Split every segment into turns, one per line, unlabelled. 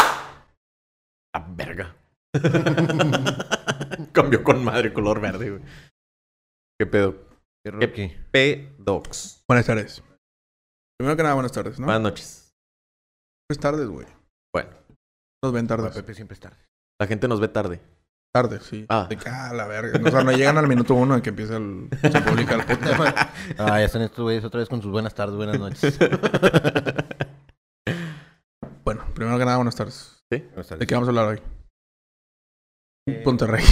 Ah, verga. Cambió con madre color verde, güey. ¿Qué pedo?
Rocky.
¿Qué pedox?
Buenas tardes. Primero que nada, buenas tardes, ¿no?
Buenas noches.
Buenas tardes, güey.
Bueno.
Nos ven
Bueno,
tardes.
Pepe siempre está.
La gente nos ve tarde.
Tardes, sí.
Ah.
De que, ah, la verga. O sea, no llegan al minuto uno en que empieza el... Se publica el podcast.
Ah, ya están estos güeyes otra vez con sus buenas tardes, buenas noches.
Bueno, primero que nada, buenas tardes.
Buenas
¿De
tardes.
qué vamos a hablar hoy? Monterrey.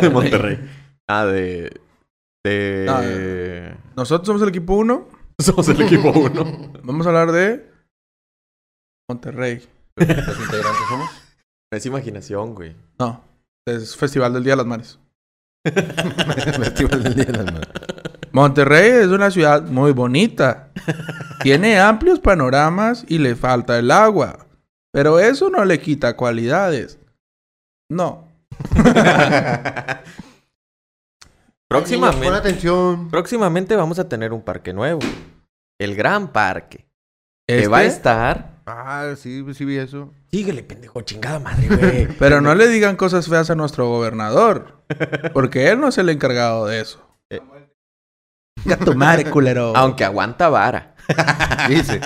De Monterrey. Ah, de. De.
Ah. Nosotros somos el equipo uno.
Somos el equipo uno.
Vamos a hablar de... Monterrey.
¿Los integrantes somos?
No es imaginación, güey.
No. Es Festival del Día de las Mares.
Festival del Día de las Madres.
Monterrey es una ciudad muy bonita. Tiene amplios panoramas y le falta el agua. Pero eso no le quita cualidades. No.
Niños, Pon
Próximamente.
atención.
Próximamente vamos a tener un parque nuevo. El Gran Parque. Que va a
Este,
estar.
Ah, sí, sí vi eso.
Síguele, pendejo, chingada madre, güey.
Pero no le digan cosas feas a nuestro gobernador. Porque él no es el encargado de eso.
Eh.
Ya tu madre, culero.
Aunque aguanta vara.
Dice.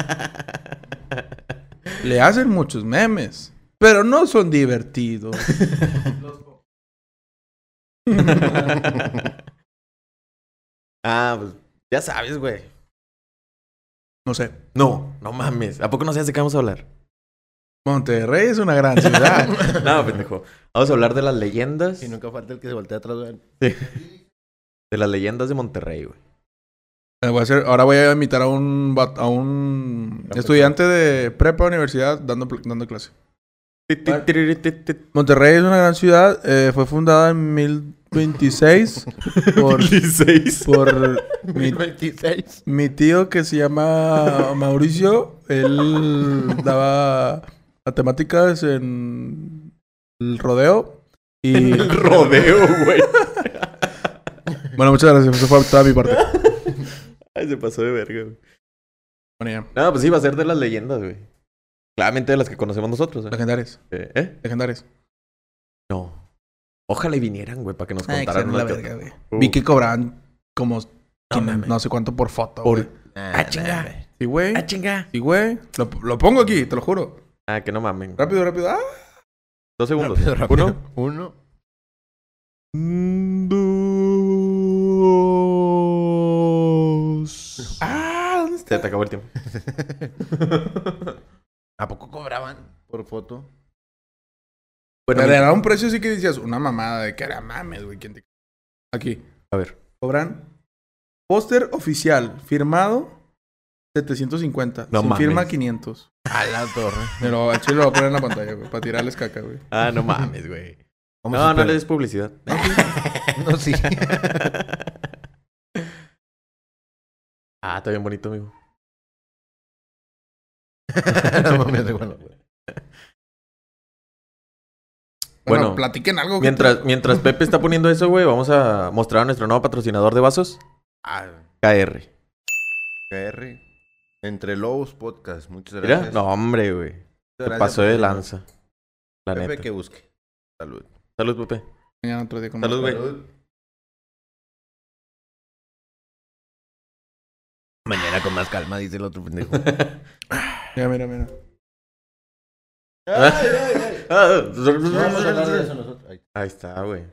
Le hacen muchos memes. Pero no son divertidos.
ah, pues ya sabes, güey.
No sé.
No, no mames. ¿A poco no sabes de qué vamos a hablar?
Monterrey es una gran ciudad.
No, pendejo. Vamos a hablar de las leyendas.
Y nunca falta el que se voltea atrás. güey.
De las leyendas de Monterrey, güey.
Eh, voy a hacer- ahora voy a invitar a un, vat- a un
Profesor.
estudiante de prepa universidad dando, pl- dando clase.
Ti, ti, tiri, ti, ti, ti.
Monterrey es una gran ciudad. eh, fue fundada en 1026 por,
16.
por mi,
1026.
mi tío que se llama Mauricio. Él daba matemáticas en el rodeo. Y
El rodeo, güey.
bueno, muchas gracias. Eso fue toda mi parte.
Ay, se pasó de verga, güey.
Bueno, ya.
No, pues sí, va a ser de las leyendas, güey. Claramente de las que conocemos nosotros, ¿eh?
Legendarias.
Eh, ¿eh?
Legendarias.
No. Ojalá y vinieran, güey, para que nos
Ay, que
contaran
son
una
Ah, la
que
verga,
otra.
güey.
Uh.
Vi que cobraban como quin- no,
mames.
sé cuánto por foto.
Por-
güey.
Ah, chinga.
Sí, güey.
Ah, chinga.
Sí, güey. Lo, lo pongo aquí, te lo juro.
Ah, que no mamen.
Rápido, rápido. Ah.
Dos segundos.
Rápido, rápido.
Uno.
Uno.
Dos.
Ah, ¿dónde
Se te acabó el tiempo.
¿A poco cobraban por foto?
Bueno,
Pero
mi-
era un precio así que decías, una mamada de que era mames, güey. ¿quién te- Aquí.
a ver.
Cobran. Póster oficial, firmado, 750.
No
sin
mames.
firma, 500.
A la torre.
Pero al chile lo voy a poner en la pantalla, güey, para tirarles caca, güey.
Ah, no mames, güey.
Vamos
No,
a
no
esperar.
le des publicidad.
No, sí.
ah, está bien bonito, amigo.
No mames, bueno, güey.
Bueno,
Bueno,
platiquen algo. que-
Mientras, mientras Pepe está poniendo eso, güey, vamos a mostrar a nuestro nuevo patrocinador de vasos,
Ah,
KR.
KR. Entre Lobos Podcast. Muchas gracias.
Mira, no, hombre, güey.
Muchas
Te
gracias
pasó
por
de
tenerme.
lanza. La
Pepe
neta.
que busque. Salud.
Salud, Pepe.
Mañana otro día como-
Salud, güey.
Salud. Mañana con más calma, dice el otro pendejo.
Mira, mira, mira.
Ahí está, güey.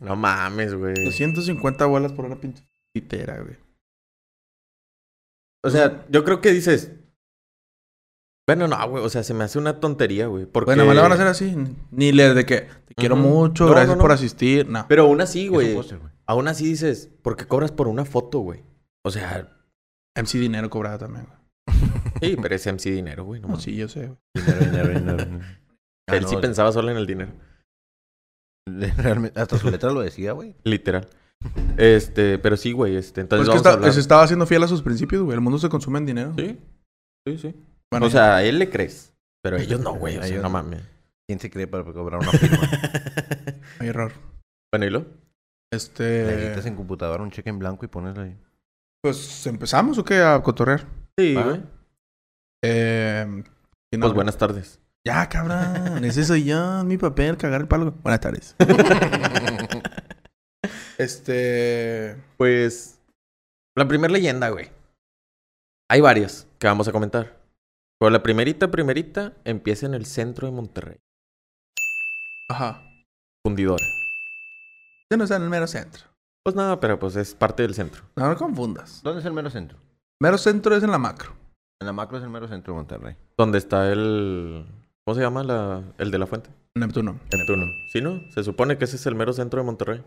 No mames, güey.
250 bolas por una pinche pitera, güey.
O sea, yo creo que dices. Bueno, no, güey. O sea, se me hace una tontería, güey. Porque...
Bueno, me la van a hacer así. Ni les de que te quiero
Ujú.
mucho,
No,
gracias
no, no.
por asistir. No.
Pero aún así,
Es
güey.
un póster, güey.
Aún así dices, ¿por qué cobras por una foto, güey? O sea,
MC Dinero cobraba también, güey.
sí, pero es MC dinero, güey. No,
No,
mames.
sí, yo sé, güey.
Dinero, dinero, dinero. Ah,
Él sí
no,
pensaba solo en el dinero.
realmente, hasta su letra lo decía, güey.
Literal. Este, pero sí, güey. Este, entonces
Pues que
vamos a
está-
hablar.
se estaba haciendo fiel a sus principios, güey. El mundo se consume en dinero.
Sí, sí, sí.
Bueno,
o sea, a él le crees. Pero ellos no, güey. O
A
sea,
ellos
no
no.
mames.
¿Quién se cree para cobrar una firma?
hay error.
bueno, ¿y lo?
Le
Este.
editas en computadora un cheque en blanco y pones ahí.
Pues empezamos o qué a cotorrear.
Sí,
Va.
güey.
Eh, ¿quién
Pues
habla?
buenas tardes.
Ya, cabrón. Ese soy yo. Mi papel, cagar el palo. Buenas tardes. Este.
Pues. La primera leyenda, güey. Hay varias que vamos a comentar. Pero la primerita, primerita, empieza en el centro de Monterrey.
Ajá.
Fundidora.
Este no está en el mero centro.
Pues nada, pero pues es parte del centro.
No, no confundas.
¿Dónde es el mero centro?
Mero centro es en la macro.
En la macro es el mero centro de Monterrey.
Donde está el. ¿Cómo se llama la, el de la fuente?
Neptuno.
Neptuno. ¿Sí, no? Se supone que ese es el mero centro de Monterrey.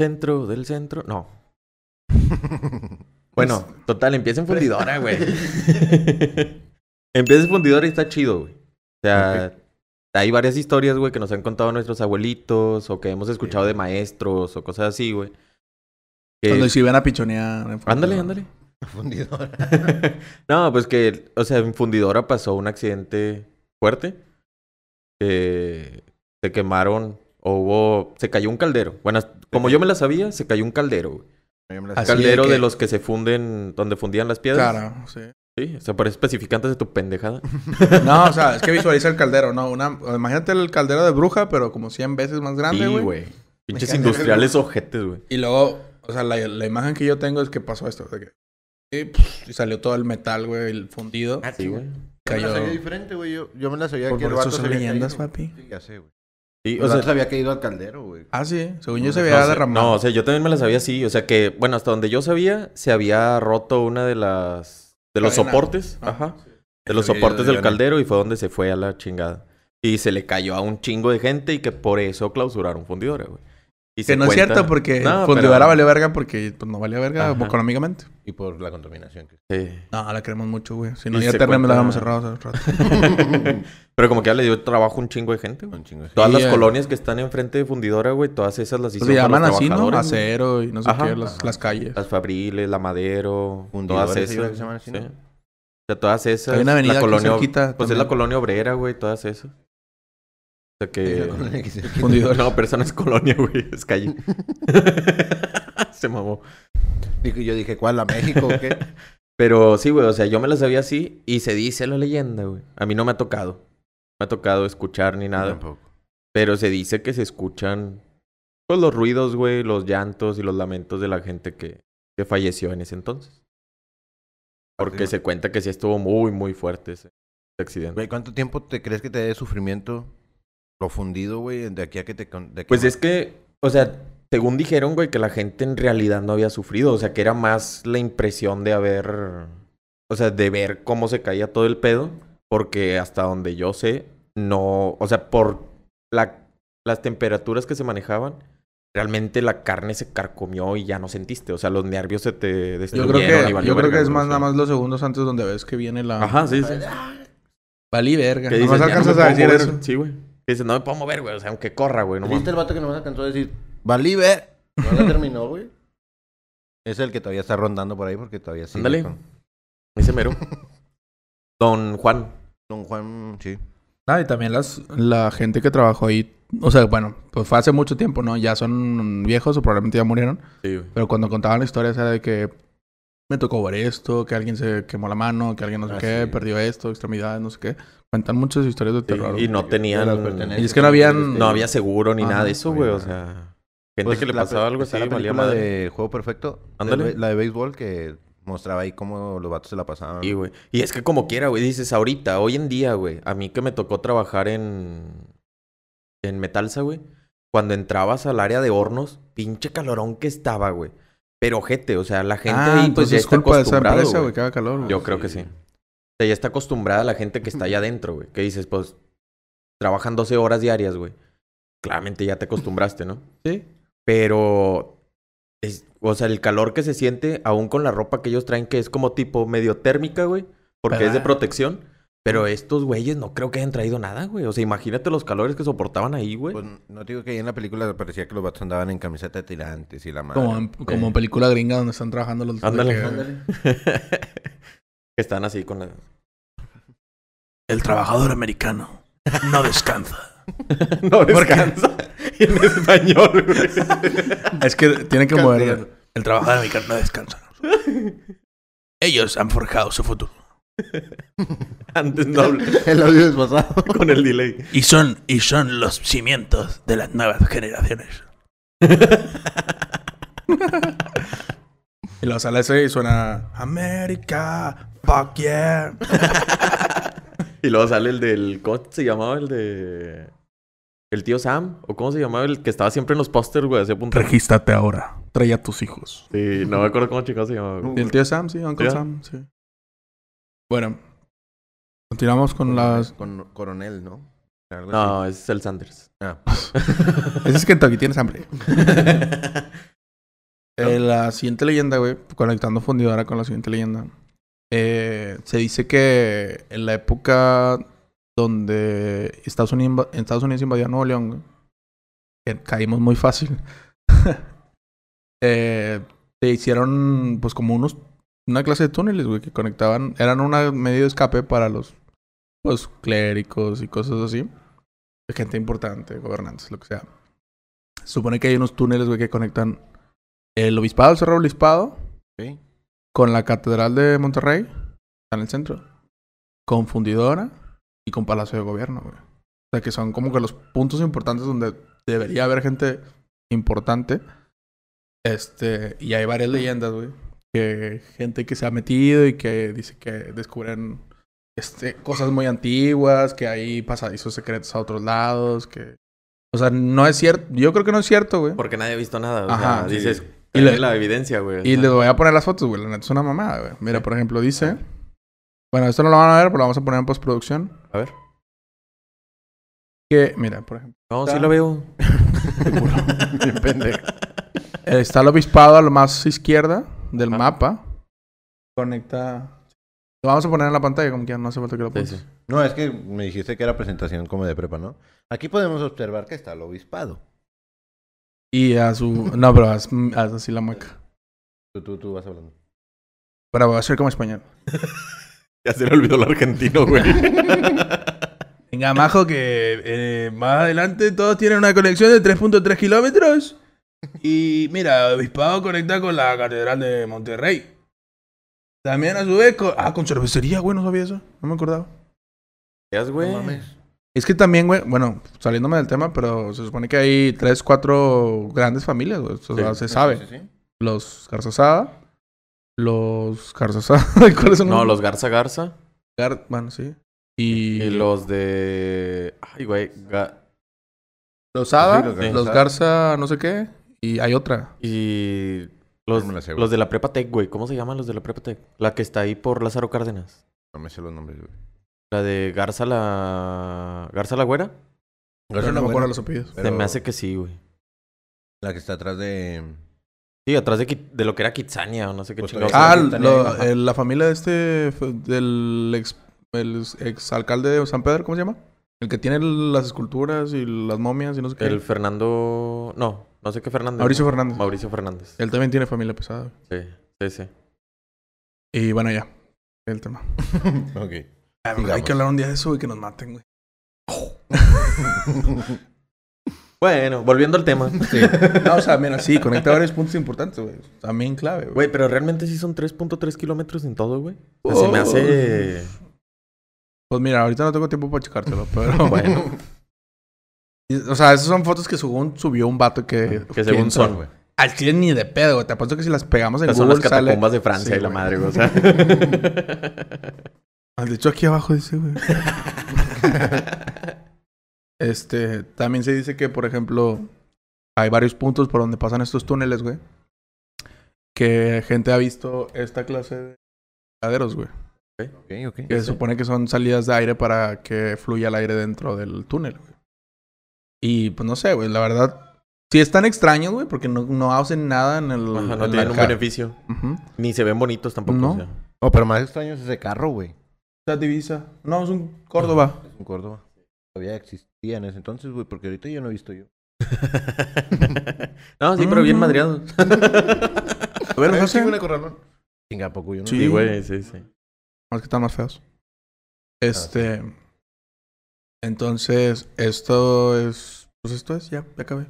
Centro del centro. No. Bueno, total, empieza en
pues
fundidora, güey. empieza en fundidora y está chido, güey. O sea, hay varias historias, güey, que nos han contado nuestros abuelitos o que hemos escuchado de maestros o cosas así, güey. Que-
Cuando se iban a pichonear. en
Eh. Ándale,
Fundidora.
ándale.
Fundidora.
no, pues que, o sea, en Fundidora pasó un accidente fuerte. Eh, se quemaron, o hubo, se cayó un caldero. Bueno, como yo me la sabía, se cayó un caldero. güey.
Yo me la
Así
saqué.
Caldero
de
de,
que-
los que se funden, donde fundían las piedras.
Claro, sí.
Sí, o sea, por especificantes de tu pendejada.
No, o sea, es que visualiza el caldero, ¿no? Una, imagínate el caldero de bruja, pero como 100 veces más grande,
Sí,
güey.
güey. Pinches
Me encanta.
industriales ojetes, güey.
Y luego, o sea, la, la imagen que yo tengo es que pasó esto. de que- y, pff, y salió todo el metal, güey, el fundido.
Sí, güey.
Ah, Yo me la
Cayó.
sabía diferente, güey. Yo, yo me la sabía
Por-
que el
por
vato
eso son
se había
leyendas,
caído.
papi.
Sí, ya sé, güey.
Sí,
El
o sea,
vato se había caído al caldero, güey.
Ah, sí. Según yo
No
se
sé,
había
no, sé-
derramado.
no, o sea, yo también me la sabía así. O sea que, bueno, hasta donde yo sabía, se había roto una de las... De los
Cadena.
soportes.
Ah,
Ajá.
sí.
De los
El video
soportes
de
del
Ivana.
caldero y fue donde se fue a la chingada. Y se le cayó a un chingo de gente y que por eso clausuraron fundidora, güey. Y
Que
se
no es
cuenta-
cierto porque
No,
Fundidora
pero-
valió verga porque pues, no valía verga
Ajá.
económicamente.
Y por la contaminación. que-
Sí.
No, la queremos mucho, güey. Si no,
Y
ya
se
tenemos la
cuenta-
habíamos cerrado hace rato. Pues,
Pero como que ya le dio trabajo a un chingo de gente, güey.
Un chingo de-
Todas
Sí,
las
eh.
colonias que están enfrente de fundidora, güey, todas esas las hicieron
Se
para
llaman
los
así, ¿no?
trabajadores, güey.
Acero y no sé
Ajá,
qué, las,
ajá.
las calles.
Las Fabriles, la Madero,
Fundidores,
todas
¿sí creo
esas.
que se llaman así,
sí.
no?
O sea, todas esas.
Hay una avenida
la
aquí
colonia,
cerquita
Pues es
también.
la colonia obrera, güey, todas esas. O sea que.
Fundidora.
No, pero esa no es colonia, güey, es calle. se mamó.
Digo, yo dije, ¿cuál? ¿La México o qué?
Pero sí, güey, o sea, yo me la sabía así y se dice la leyenda, güey. A mí no me ha tocado. No Me ha tocado escuchar ni nada.
Tampoco.
Pero se dice que se escuchan pues, los ruidos, güey, los llantos y los lamentos de la gente que, que falleció en ese entonces. Porque
Lástima.
se cuenta que sí estuvo muy, muy fuerte ese, ese accidente.
Güey, ¿cuánto tiempo te crees que te dé sufrimiento lo fundido, güey, de aquí a que te... con- de
Pues es que, o sea, según dijeron, güey, que la gente en realidad no había sufrido. O sea, que era más la impresión de haber. O sea, de ver cómo se caía todo el pedo. Porque hasta donde yo sé, no. O sea, por la- las temperaturas que se manejaban, realmente la carne se carcomió y ya no sentiste. O sea, los nervios se te
Yo
destruyeron.
creo
y
que,
valió
yo creo
verga,
que es
güey,
más
o sea.
nada más los segundos antes donde ves que viene la...
Ajá, sí, sí.
Valí verga.
Que
No
dices,
más
"Ya no me
alcanzas
puedo
a decir
mover".
eso.
Sí, güey. Que dices, no me puedo mover, güey. O sea, aunque corra, güey. No mames.
Pues ¿Viste el vato que nomás alcanzó a decir, valí, ver? No la terminó, güey. Es el que todavía está rondando por ahí porque todavía sigue
Ándale.
con-
Ese mero. Don Juan.
Don Juan, sí.
Ah, y también las, la gente que trabajó ahí, o sea, bueno, pues fue hace mucho tiempo, ¿no? Ya son viejos o probablemente ya murieron,
Sí, güey.
pero cuando contaban historias era de que me tocó ver esto, que alguien se quemó la mano, que alguien no sé
Ah,
qué,
sí.
perdió esto, extremidades, no sé qué. Cuentan muchas historias de
Sí,
terror.
y
güey.
no tenían.
las pertenencias. Este,
Y es que no habían-
No había seguro ni
Ajá.
nada de eso,
No
güey.
había
O sea, gente que le
Pues la
pasaba
pe-
algo así
está la
valía
película
madre.
de Juego Perfecto.
Ándale.
de- La de béisbol que mostraba ahí cómo los vatos se la pasaban.
Sí, güey. Y es que como quiera, güey, dices, ahorita, hoy en día, güey, a mí que me tocó trabajar en. En Metalsa, güey. Cuando entrabas al área de hornos, pinche calorón que estaba, güey. Pero gente, o sea, la gente
Ah,
ahí pues
entonces
ya
es
está
culpa de esa
acostumbrada.
empresa,
güey.
güey, que haga calor, güey.
Yo creo que sí. O sea, ya está acostumbrada la gente que está allá adentro, güey. Que dices, pues, trabajan 12 horas diarias, güey. Claramente ya te acostumbraste, ¿no?
Sí.
Pero, es- o sea, el calor que se siente, aún con la ropa que ellos traen, que es como tipo medio térmica, güey, porque es de
¿Verdad?
protección. Pero estos güeyes no creo que hayan traído nada, güey. O sea, imagínate los calores que soportaban ahí, güey.
Pues, no te digo que ahí en la película parecía que los vatos andaban en camiseta de tirantes y la madre.
Como, en, como en película gringa donde están trabajando los... de
Ah, Ándale.
que-
Ándale.
que están así con la...
El trabajador americano no descansa.
No
Porque-
descansa. en español, güey.
es que tiene que mover... El trabajador americano no descansa. Ellos han forjado su futuro.
Antes no hablé
El audio desfasado.
con el delay.
Y son, y son los cimientos de las nuevas generaciones.
Y lo sale ese y suena... América, fuck yeah.
Y luego sale el del. ¿Cómo se llamaba el de. El tío Sam? ¿O cómo se llamaba el que estaba siempre en los pósters, güey? Hacía punta.
Regístrate ahora. Trae a tus hijos.
Sí, no me acuerdo cómo chingado se llamaba. güey.
Y el tío Sam, sí, Uncle
¿Ya?
Sam, sí. Bueno. Continuamos con las...
Con coronel, ¿no? Algo así.
No, ese es el Sanders.
Ese es Kentucky, tienes hambre. Eh, la siguiente leyenda, güey, conectando fundidora con la siguiente leyenda. Eh, se dice que en la época donde Estados Unidos, inva- Estados Unidos invadió a Nuevo León, güey, que caímos muy fácil. eh, se hicieron, pues, como unos. Una clase de túneles, güey, que conectaban. Eran una medio de escape para los. Pues clérigos y cosas así. Gente importante, gobernantes, lo que sea. Se supone que hay unos túneles, güey, que conectan el obispado, el cerro del obispado,
Sí.
con la catedral de Monterrey, está en el centro, con Fundidora y con Palacio de Gobierno, güey. O sea, que son como que los puntos importantes donde debería haber gente importante. Este, y hay varias leyendas, güey, que gente que se ha metido y que dice que descubren este, cosas muy antiguas, que hay pasadizos secretos a otros lados, que... O sea, no es cierto, yo creo que no es cierto, güey.
Porque nadie ha visto nada. O
Ajá,
sea,
sí.
dices.
Y
Y
le-
la evidencia, güey.
Y
Ajá.
les voy a poner las fotos, güey. La neta es una mamada, güey. Mira, por ejemplo, dice. Bueno, esto no lo van a ver, pero lo vamos a poner en postproducción.
A ver.
Que, mira, por ejemplo.
No, sí lo veo.
Bien pendejo.
eh, Está el obispado a la más izquierda del
Ah.
mapa. Conecta. Lo vamos a poner en la pantalla, como que no hace falta que lo
Sí,
pongas.
sí.
No, es que me dijiste que era presentación como de prepa, ¿no? Aquí podemos observar que está el obispado.
Y a su. No, pero haz, haz así la mueca.
Tú, tú, tú vas hablando.
Pero voy a hacer como español.
Ya se le olvidó el argentino, güey.
Venga, majo, que eh, más adelante todos tienen una conexión de 3.3 kilómetros. Y mira, Obispado conecta con la Catedral de Monterrey. También a su vez con... Ah, con cervecería, güey, no sabía eso. No me acordaba.
¿Veas, güey?
No mames.
Es que también, güey, bueno, saliéndome del tema, pero se supone que hay tres, cuatro grandes familias, güey. O sea,
Sí.
se sabe.
Sí, sí, sí.
Los Garzazada. Los Garzazada. ¿Cuáles son
No, los Garza Garza.
Gar- Bueno, sí. Y,
Y los de. Ay, güey. Ga-
los Sada,
Sí, los
los
Garzazada.
Garza, no sé qué. Y hay otra.
Y. Los,
No me la sé, güey.
los de la Prepa Tech, güey. ¿Cómo se llaman los de la Prepa Tech? La que está ahí por Lázaro Cárdenas.
No me sé los nombres, güey.
La de Garza la. Garza la Güera.
Pero no me acuerdo
Bueno,
los apellidos.
Se
pero
me hace que sí, güey.
La que está atrás de...
Sí, atrás de, Kit- de lo que era Kitsania o no sé qué
Pues,
chingados.
o sea,
Ah,
sí,
lo-
también, ajá.
eh, la familia de este, fue del ex, el ex alcalde de San Pedro, ¿cómo se llama? El que tiene el- las esculturas y las momias y no sé qué.
El Fernando. No, no sé qué Fernández.
Mauricio
¿no?
Fernández.
Mauricio Fernández.
Él también tiene familia pesada.
Sí, sí, sí.
Y bueno, ya. El tema.
ok.
Hay que hablar un día de eso y que nos maten, güey.
Bueno, volviendo al tema.
No, o sea, mira, sí, conecta varios puntos importantes, güey. También clave, güey.
Güey, pero realmente sí son 3.3 kilómetros en todo, güey. O sea, se me
Oh.
hace.
Pues mira, ahorita no tengo tiempo para checártelo, pero bueno.
Bueno,
O sea, esas son fotos que según subió un vato que...
que según son, güey.
Al chile ni de pedo, güey. Te apuesto que si las pegamos en
Estas son
Google
las catacumbas de Francia
Sí,
y la
güey.
madre, güey. O sea.
Ah, De hecho, aquí abajo dice, güey. este, también se dice que, por ejemplo, hay varios puntos por donde pasan estos túneles, güey. Que gente ha visto esta clase de caderos, güey.
Ok, ok.
Que se supone que son salidas de aire para que fluya el aire dentro del túnel, güey. Y pues no sé, güey, la verdad. Sí están extraños, güey, porque no, no hacen nada en el.
Ajá,
en
no
la
tienen un
ca-
beneficio.
Ujú.
Ni se ven bonitos tampoco.
No.
o sea.
Oh, pero más extraño es ese carro, güey.
La divisa. No, es un Córdoba.
Es un Córdoba. Todavía existía en ese entonces, güey, porque ahorita yo no he visto yo.
no, sí, pero bien
Ujú.
madreados.
A ver, los hacen.
corralón. Chinga, ¿a poco yo no?
Sí.
Sí, güey, sí, sí.
Más que están más feos.
Ah,
Este. Entonces, esto es. Pues esto es, ya, ya acabé.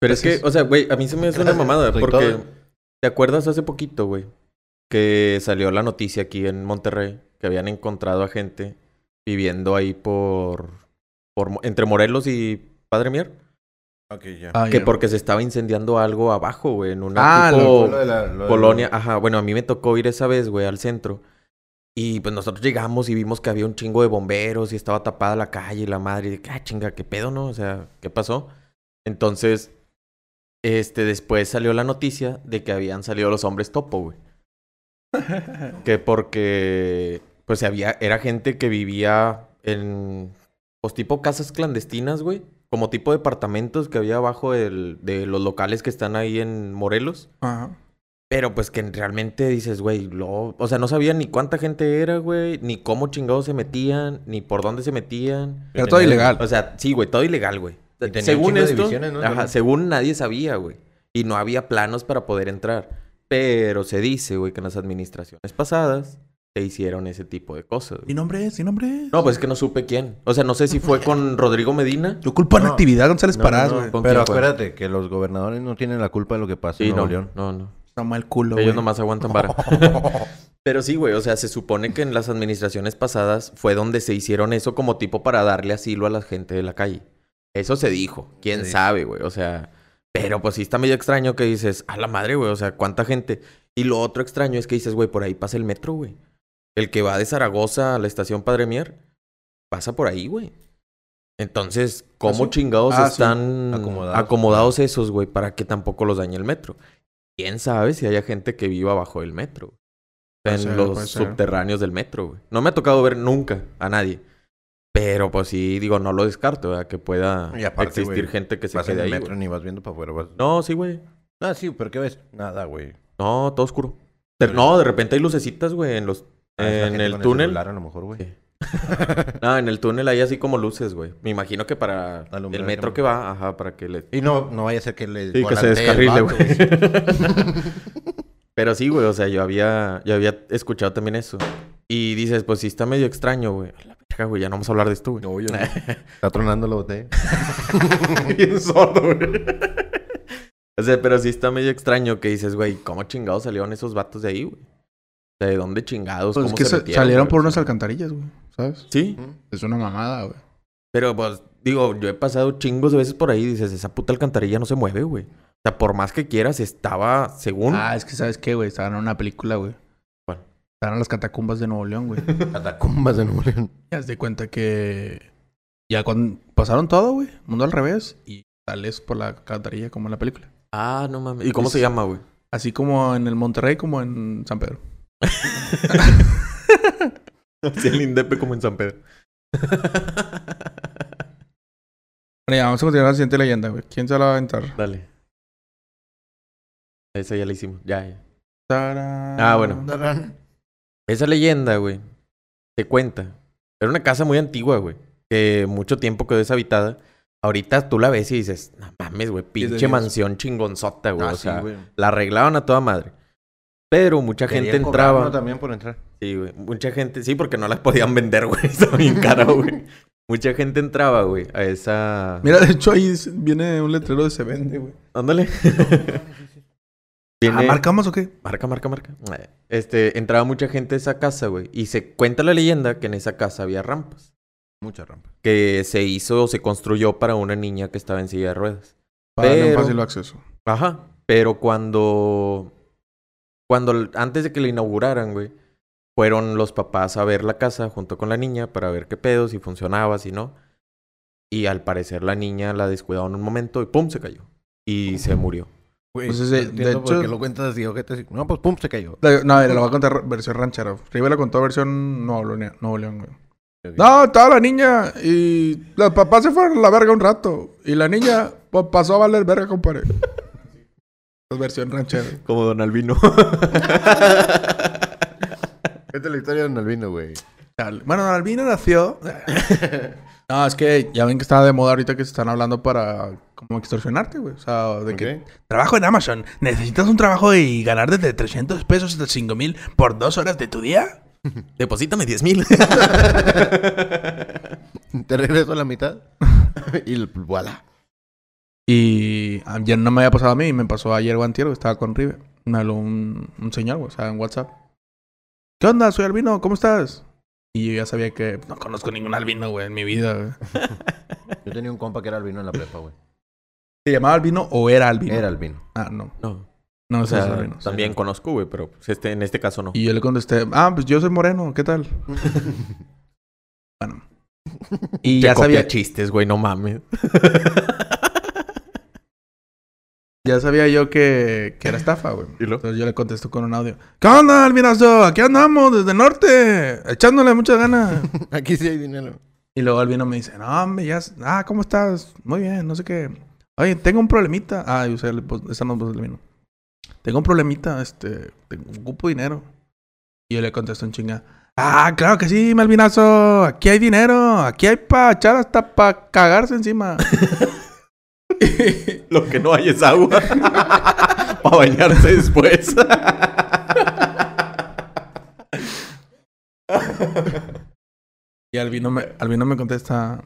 Pero es que,
Gracias.
o sea, güey, a mí se me hace una
Gracias,
mamada
estoy
porque
todo.
¿te acuerdas hace poquito, güey? Que salió la noticia aquí en Monterrey que habían encontrado a gente viviendo ahí por, por Mo- entre Morelos y Padre Mier,
Ok, ya.
Ah,
que
ya.
porque se estaba incendiando algo abajo, güey, en una
Ah,
tipo
Fue lo de la- lo de-
colonia, ajá, bueno, a mí me tocó ir esa vez, güey, al centro. Y pues nosotros llegamos y vimos que había un chingo de bomberos y estaba tapada la calle y la madre, y de que, ah, chinga, qué pedo, ¿no? O sea, ¿qué pasó? Entonces, este, después salió la noticia de que habían salido los hombres topo, güey. que porque, pues había, era gente que vivía en, pues tipo casas clandestinas, güey. Como tipo departamentos que había abajo del- de los locales que están ahí en Morelos.
Ajá.
Pero pues que realmente dices, güey, lo... o sea, no sabía ni cuánta gente era, güey, ni cómo chingados se metían, ni por dónde se metían.
Era todo ilegal.
O sea, sí, güey, todo ilegal, güey.
Y tenía un
Según
chingo de
esto,
divisiones, ¿no?
ajá,
También.
según nadie sabía, güey, y no había planos para poder entrar. Pero se dice, güey, que en las administraciones pasadas se hicieron ese tipo de cosas.
Mi
güey.
nombre es, mi nombre es.
No, pues es que no supe quién. O sea, no sé si fue con Rodrigo Medina.
Yo culpo
No.
a actividad González
Ah, No,
Parás,
no, no.
güey.
¿Con
Pero
quién fue?
acuérdate que los gobernadores no tienen la culpa de lo que pasa
Sí,
en Nuevo
no,
León.
no, no.
Está mal culo,
Ellos
güey.
nomás aguantan vara. Pero sí, güey, o sea, se supone que en las administraciones pasadas fue donde se hicieron eso como tipo para darle asilo a la gente de la calle. Eso se dijo, quién
Sí.
sabe, güey, o sea, pero pues sí está medio extraño que dices, a la madre, güey, o sea, cuánta gente. Y lo otro extraño es que dices, güey, por ahí pasa el metro, güey. El que va de Zaragoza a la estación Padre Mier pasa por ahí, güey. Entonces, ¿cómo
sí?
chingados
Ah, sí.
están
Acomodados.
acomodados. esos, güey, para que tampoco los dañe el metro? ¿Quién sabe si haya gente que viva bajo el metro? güey?
Puede
En
ser, puede
los
ser.
subterráneos del metro, güey. No me ha tocado ver nunca a nadie. Pero pues sí, digo, no lo descarto, ¿verdad? Que pueda
Y aparte,
existir
güey,
gente que se
Vas en
quede
el
ahí.
metro
güey.
ni vas viendo para afuera. vas-
No, sí, güey.
Ah, sí, pero ¿qué ves? Nada, güey.
No, todo oscuro. De- no, de repente hay lucecitas, güey, en los...
Ah, es la
en
gente
el
con
túnel.
celular, a lo mejor, güey.
Sí. no, en el túnel hay así como luces, güey. Me imagino que para
Alumbrar
el metro
también.
que va, ajá, para que le
Y no, no vaya a ser que le...
Sí, que se
volantee el
descarrile,
vato,
güey. Pero sí, güey, o sea, yo había, yo había escuchado también eso. Y dices, pues sí está medio extraño, güey. A la verga, güey, ya no vamos a hablar de esto, güey.
No, yo no. Está tronando la botella.
Bien sordo, güey. O sea, pero sí está medio extraño que dices, güey, ¿cómo chingados salieron esos vatos de ahí, güey? O sea, ¿de dónde chingados?
Pues es
¿Cómo
que
se
sa-
metieron,
salieron
güey? O
por unas
sea,
alcantarillas, güey. ¿Sabes?
Sí,
¿Mm?
Es una mamada, güey.
pero pues, digo, yo he pasado chingos de veces por ahí y dices, esa puta alcantarilla no se mueve, güey. O sea, por más que quieras, estaba, según...
Ah, es que ¿sabes qué, güey? Estaban en una película, güey.
¿Cuál?
Estaban en las catacumbas de Nuevo León, güey.
Catacumbas de Nuevo León.
Ya de cuenta que ya cuando pasaron todo, güey, mundo al revés y sales por la alcantarilla como en la película.
Ah, no mames. ¿Y cómo
Es-
se llama, güey?
Así como en el Monterrey como en San Pedro.
Sí, el Indepe como en San Pedro.
Bueno, ya vamos a continuar la siguiente leyenda, güey. ¿Quién se la va a aventar?
Dale. Esa ya la hicimos. Ya, ya.
Tarán.
Ah, bueno. Esa leyenda, güey, te cuenta. Era una casa muy antigua, güey. Que mucho tiempo quedó deshabitada. Ahorita tú la ves y dices, no mames, güey, pinche
Dios.
mansión chingonzota, güey. o sea,
Ah, güey.
la arreglaban a toda madre. Pero mucha gente
Querían
entraba.
cobrarlo también por entrar.
Sí, güey. Mucha gente, sí, porque no las podían vender, güey. Está bien cara, güey. Mucha gente entraba, güey, a esa.
Mira, de hecho ahí es- viene un letrero de se vende, güey.
ándale.
Ah,
Viene-
¿Marcamos o qué?
Ah, Marca, marca, marca. Este, entraba mucha gente a esa casa, güey. Y se cuenta la leyenda que en esa casa había rampas.
Mucha rampa.
Que se hizo o se construyó para una niña que estaba en silla de ruedas.
Para darle
Pero-
un fácil acceso.
Ajá. Pero cuando... Cuando... l- Antes de que la inauguraran, güey. Fueron los papás a ver la casa junto con la niña para ver qué pedo, si funcionaba, si no. Y al parecer la niña la descuidaron un momento y ¡pum! se cayó. Y se murió.
Güey,
Pues ese-
no entiendo
de
por
hecho-
qué lo cuentas así, ojete, así. No, pues pum, se cayó.
La- No, mira, la voy a contar versión ranchera. Riva la contó versión Nuevo León, Nuevo León, güey. No, estaba la niña y los papás se fueron a la verga un rato. Y la niña pues, pasó a valer verga, compadre. Es versión ranchera.
Como Don Albino.
Esta es la historia de Don Albino, güey.
Chale. Bueno, Don Albino nació. No, es que ya ven que estaba de moda ahorita que se están hablando para como extorsionarte, güey. O sea, de que.
Ok.
Trabajo en Amazon. ¿Necesitas un trabajo y ganar desde 300 pesos hasta 5 mil por dos horas de tu día?
Deposítame 10 mil.
Te regreso a la mitad y l- voilà.
Y ayer no me había pasado a mí, me pasó ayer o antier, güey, estaba con Rive. Me habló un, un señor, güey, o sea, en WhatsApp. ¿Qué onda? Soy Albino, ¿cómo estás? Y yo ya sabía que no conozco ningún albino, güey, en mi vida, güey.
Yo tenía un compa que era albino en la prepa, güey.
¿Se llamaba albino o era albino?
Era albino.
Ah, no.
No.
No,
O
sí, es
sea,
albino. sí.
también conozco, güey, pero pues, este, en este caso no.
Y yo le contesté, ah, pues yo soy moreno, ¿qué tal? bueno. Y
Te
ya
copia
sabía,
chistes, güey, no mames.
ya sabía yo que, que era estafa, güey.
¿Y luego?
Entonces yo le contesto con un audio. ¿Qué onda, albinazo? Aquí andamos desde el norte, echándole muchas ganas.
Aquí sí hay dinero.
y luego albino me dice, no, hombre, ya... s- Ah, ¿cómo estás? Muy bien, no sé qué. Oye, tengo un problemita. Ah, yo sé, le pos- esa no es voz del albino. Tengo un problemita, este, tengo, ocupo dinero. Y yo le contesto en chinga. Ah, claro que sí, Malvinazo. Aquí hay dinero. Aquí hay pa' echar hasta pa' cagarse encima.
Lo que no hay es agua. Para bañarse después.
Y Albino me, Albino me contesta: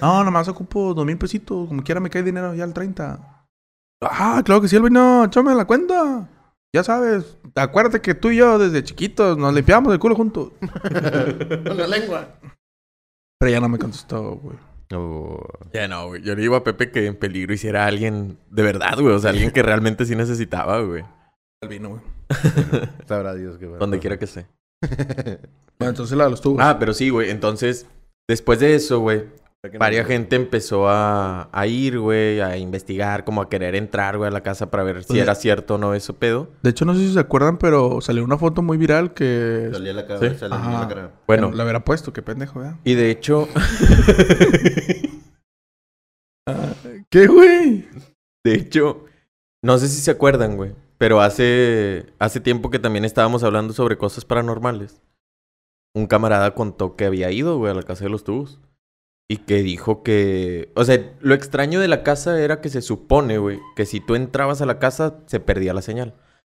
No, nomás ocupo dos mil pesitos. Como quiera me cae dinero ya al 30. Ah, claro que sí, Albino. Échame la cuenta. Ya sabes, acuérdate que tú y yo desde chiquitos nos limpiamos el culo juntos.
Con la lengua.
Pero ya no me contestó, güey.
ya no, güey. Yo le digo a Pepe que en peligro hiciera a alguien de verdad, güey. O sea, alguien que realmente sí necesitaba, güey.
Albino, güey.
Sabrá Dios que va.
Donde quiera que esté.
Bueno, entonces la de los tubos.
Ah, pero sí, güey. Entonces, después de eso, güey, varia gente empezó a, a ir, güey, a investigar, como a querer entrar, güey, a la casa para ver si
Oye.
era cierto o no ese pedo.
De hecho, no sé si se acuerdan, pero salió una foto muy viral que
Salía la cara,
Sí.
salía
Ajá.
la cara.
Bueno,
la hubiera puesto. Qué pendejo, ¿verdad?
y de hecho,
¿Qué, güey?
de hecho, no sé si se acuerdan, güey, pero hace, hace tiempo que también estábamos hablando sobre cosas paranormales. Un camarada contó que había ido, güey, a la casa de los tubos. Y que dijo que... O sea, lo extraño de la casa era que se supone, güey, que si tú entrabas a la casa se perdía la señal.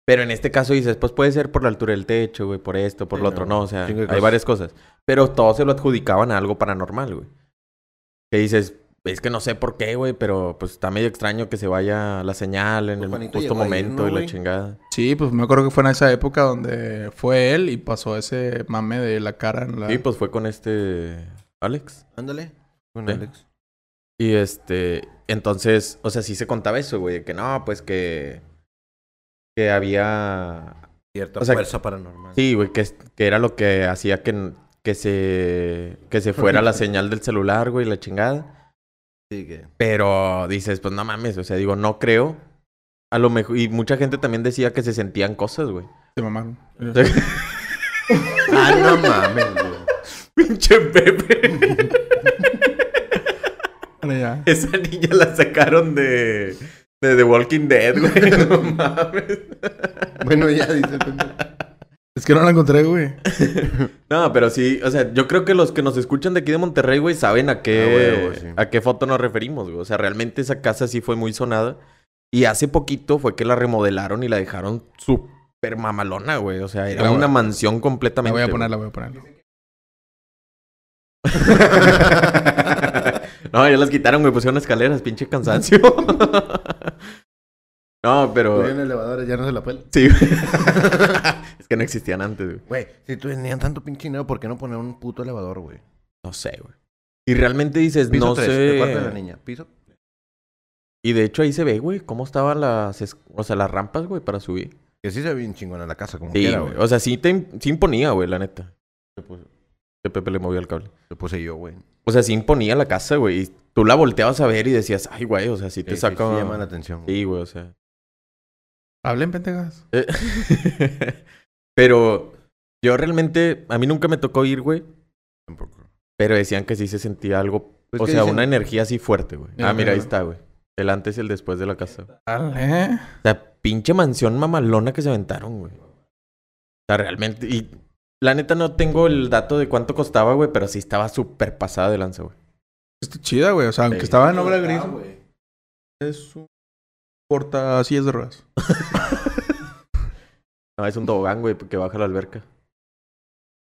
Pero en este caso dices, pues puede ser por la altura del techo, güey, por esto, por
Sí,
lo
no,
otro, no, o sea,
chingo de
hay
cosas.
varias cosas. Pero todos se lo adjudicaban a algo paranormal, güey. Que dices, es que no sé por qué, güey, pero pues está medio extraño que se vaya la señal en
Pues,
el
Juanito
justo
llegó a ir,
momento
¿no,
y la
güey?
chingada.
Sí, pues me acuerdo que fue en esa época donde fue él y pasó ese mame de la cara en la.
Y pues fue con este Alex.
Ándale. Con
Sí.
Alex.
Y este, entonces, o sea, sí se contaba eso, güey, que no, pues que que había
Cierta
O sea,
fuerza paranormal.
Sí, güey, que, es- que era lo que hacía que, n- que se que se fuera la señal del celular, güey, la chingada.
Sí, que.
Pero dices, pues no mames, o sea, digo, no creo. A lo mejor y mucha gente también decía que se sentían cosas, güey.
Se mamaron.
Ah, no mames, güey.
Pinche Pepe.
Bueno, ya.
Esa niña la sacaron de. de The Walking Dead, güey. No mames.
Bueno, ya dice el pendejo.
Es que no la encontré, güey.
No, pero sí, o sea, yo creo que los que nos escuchan de aquí de Monterrey, güey, saben a qué,
Ah, güey, güey, sí.
a qué foto nos referimos, güey. O sea, realmente esa casa sí fue muy sonada. Y hace poquito fue que la remodelaron y la dejaron súper mamalona, güey. O sea, era
La voy-
una mansión
La
completamente.
voy a
güey.
poner, la voy a poner.
no, ya las quitaron, güey. Pusieron escaleras, pinche cansancio. no, pero.
Voy en elevadores, ya no se la pela.
Sí, güey. es que no existían antes, güey.
Güey, si tú tenían tanto pinche dinero, ¿por qué no poner un puto elevador, güey?
No sé, güey. Y realmente dices,
Piso
no
tres,
sé.
el cuarto de la niña. Piso.
Y de hecho ahí se ve, güey, cómo estaban las, es- o sea, las rampas, güey, para subir.
Que sí se ve bien chingona la casa, como
Sí,
quiera,
güey.
güey.
O sea, sí te im- sí imponía, güey, la neta.
Se puse-
Que Pepe le movió el cable.
se puse yo, güey.
O sea, sí imponía la casa, güey. Y tú la volteabas a ver y decías, ay, güey, o sea, sí te
Sí, sí,
saca...
Eh, sí llama la atención. güey.
Sí, güey, o sea...
Hablen, pendejas.
Eh, pero yo realmente... A mí nunca me tocó ir, güey.
Tampoco.
Pero decían que sí se sentía algo...
Pues,
o
¿qué
sea,
dicen?
una energía así fuerte, güey.
Mira,
ah, mira,
mira,
ahí
mira.
está, güey. El antes y el después de la casa.
Dale.
O sea, pinche mansión mamalona que se aventaron, güey. O sea, realmente. Y la neta no tengo el dato de cuánto costaba, güey, pero sí estaba súper pasada de lanza, güey.
Está chida, güey. O sea, aunque
Sí. Ah,
estaba en obra gris, es un porta sillas de ruedas.
No, es un tobogán, güey, que baja a la alberca.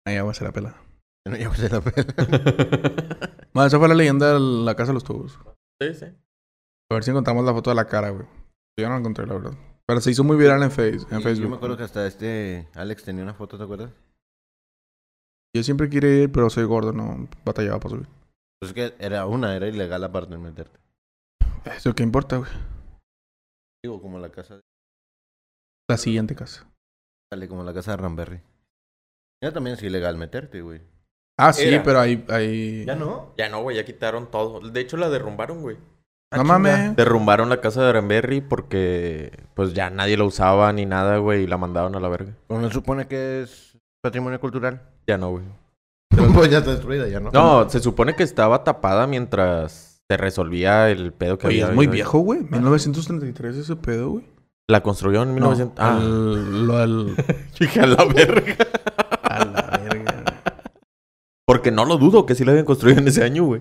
Ahí agua se la pela.
No, ya se la pela.
Bueno, esa fue la leyenda de la casa de los tubos.
sí, sí.
A ver si encontramos la foto de la cara, güey. Yo no la encontré, la verdad. Pero se hizo muy viral en, face, en
Y-
Facebook.
Yo me acuerdo que hasta este Alex tenía una foto, ¿te acuerdas?
Yo siempre quería ir, pero soy gordo, no batallaba para subir.
Pues es que era una, era ilegal aparte de meterte.
Eso qué importa, güey.
Digo, como la casa de...
La siguiente casa.
Dale, como la casa de Ramberry. Ya también es ilegal meterte, güey.
Ah, sí,
Era.
pero ahí. ahí...
no?
Ya no, güey, ya quitaron todo. De hecho, la derrumbaron, güey.
No mames.
Derrumbaron la casa de Ramberry porque, pues ya nadie la usaba ni nada, güey, y la mandaron a la verga.
Pues no supone que es patrimonio cultural.
Ya no, güey.
pues ya está destruida, ya no.
No, se supone que estaba tapada mientras se resolvía el pedo que
Oye,
había.
es muy
habido.
viejo, güey. 1933 ese pedo, güey.
La construyeron en 1900.
No,
Ah,
al- lo al-
dije a la verga.
a la verga.
Porque no lo dudo que sí la habían construido en ese año, güey.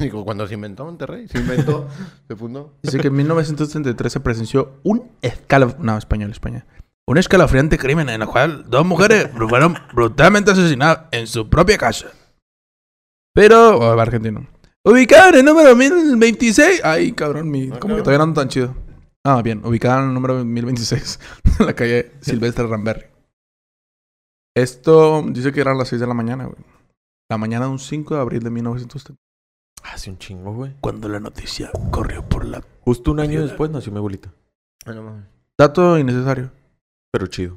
Digo, cuando se inventó Monterrey, se inventó, se fundó.
Dice que en 1933 se presenció un escalofriante... No, español, España.
Un escalofriante crimen en el cual dos mujeres fueron brutalmente asesinadas en su propia casa.
Pero... oh, argentino. Ubicada en el número 1026... Ay, cabrón, mi...
Ah,
como que
cabrón.
todavía no ando tan chido. Ah, bien. Ubicada en el número 1026. En la calle Silvestre Ramberry. Esto... Dice que eran las 6 de la mañana, güey. La mañana de un 5 de abril de 1933.
Hace un chingo, güey.
Cuando la noticia corrió por la...
Justo un año después nació mi abuelita.
Ah, no mames.
Dato innecesario.
Pero chido.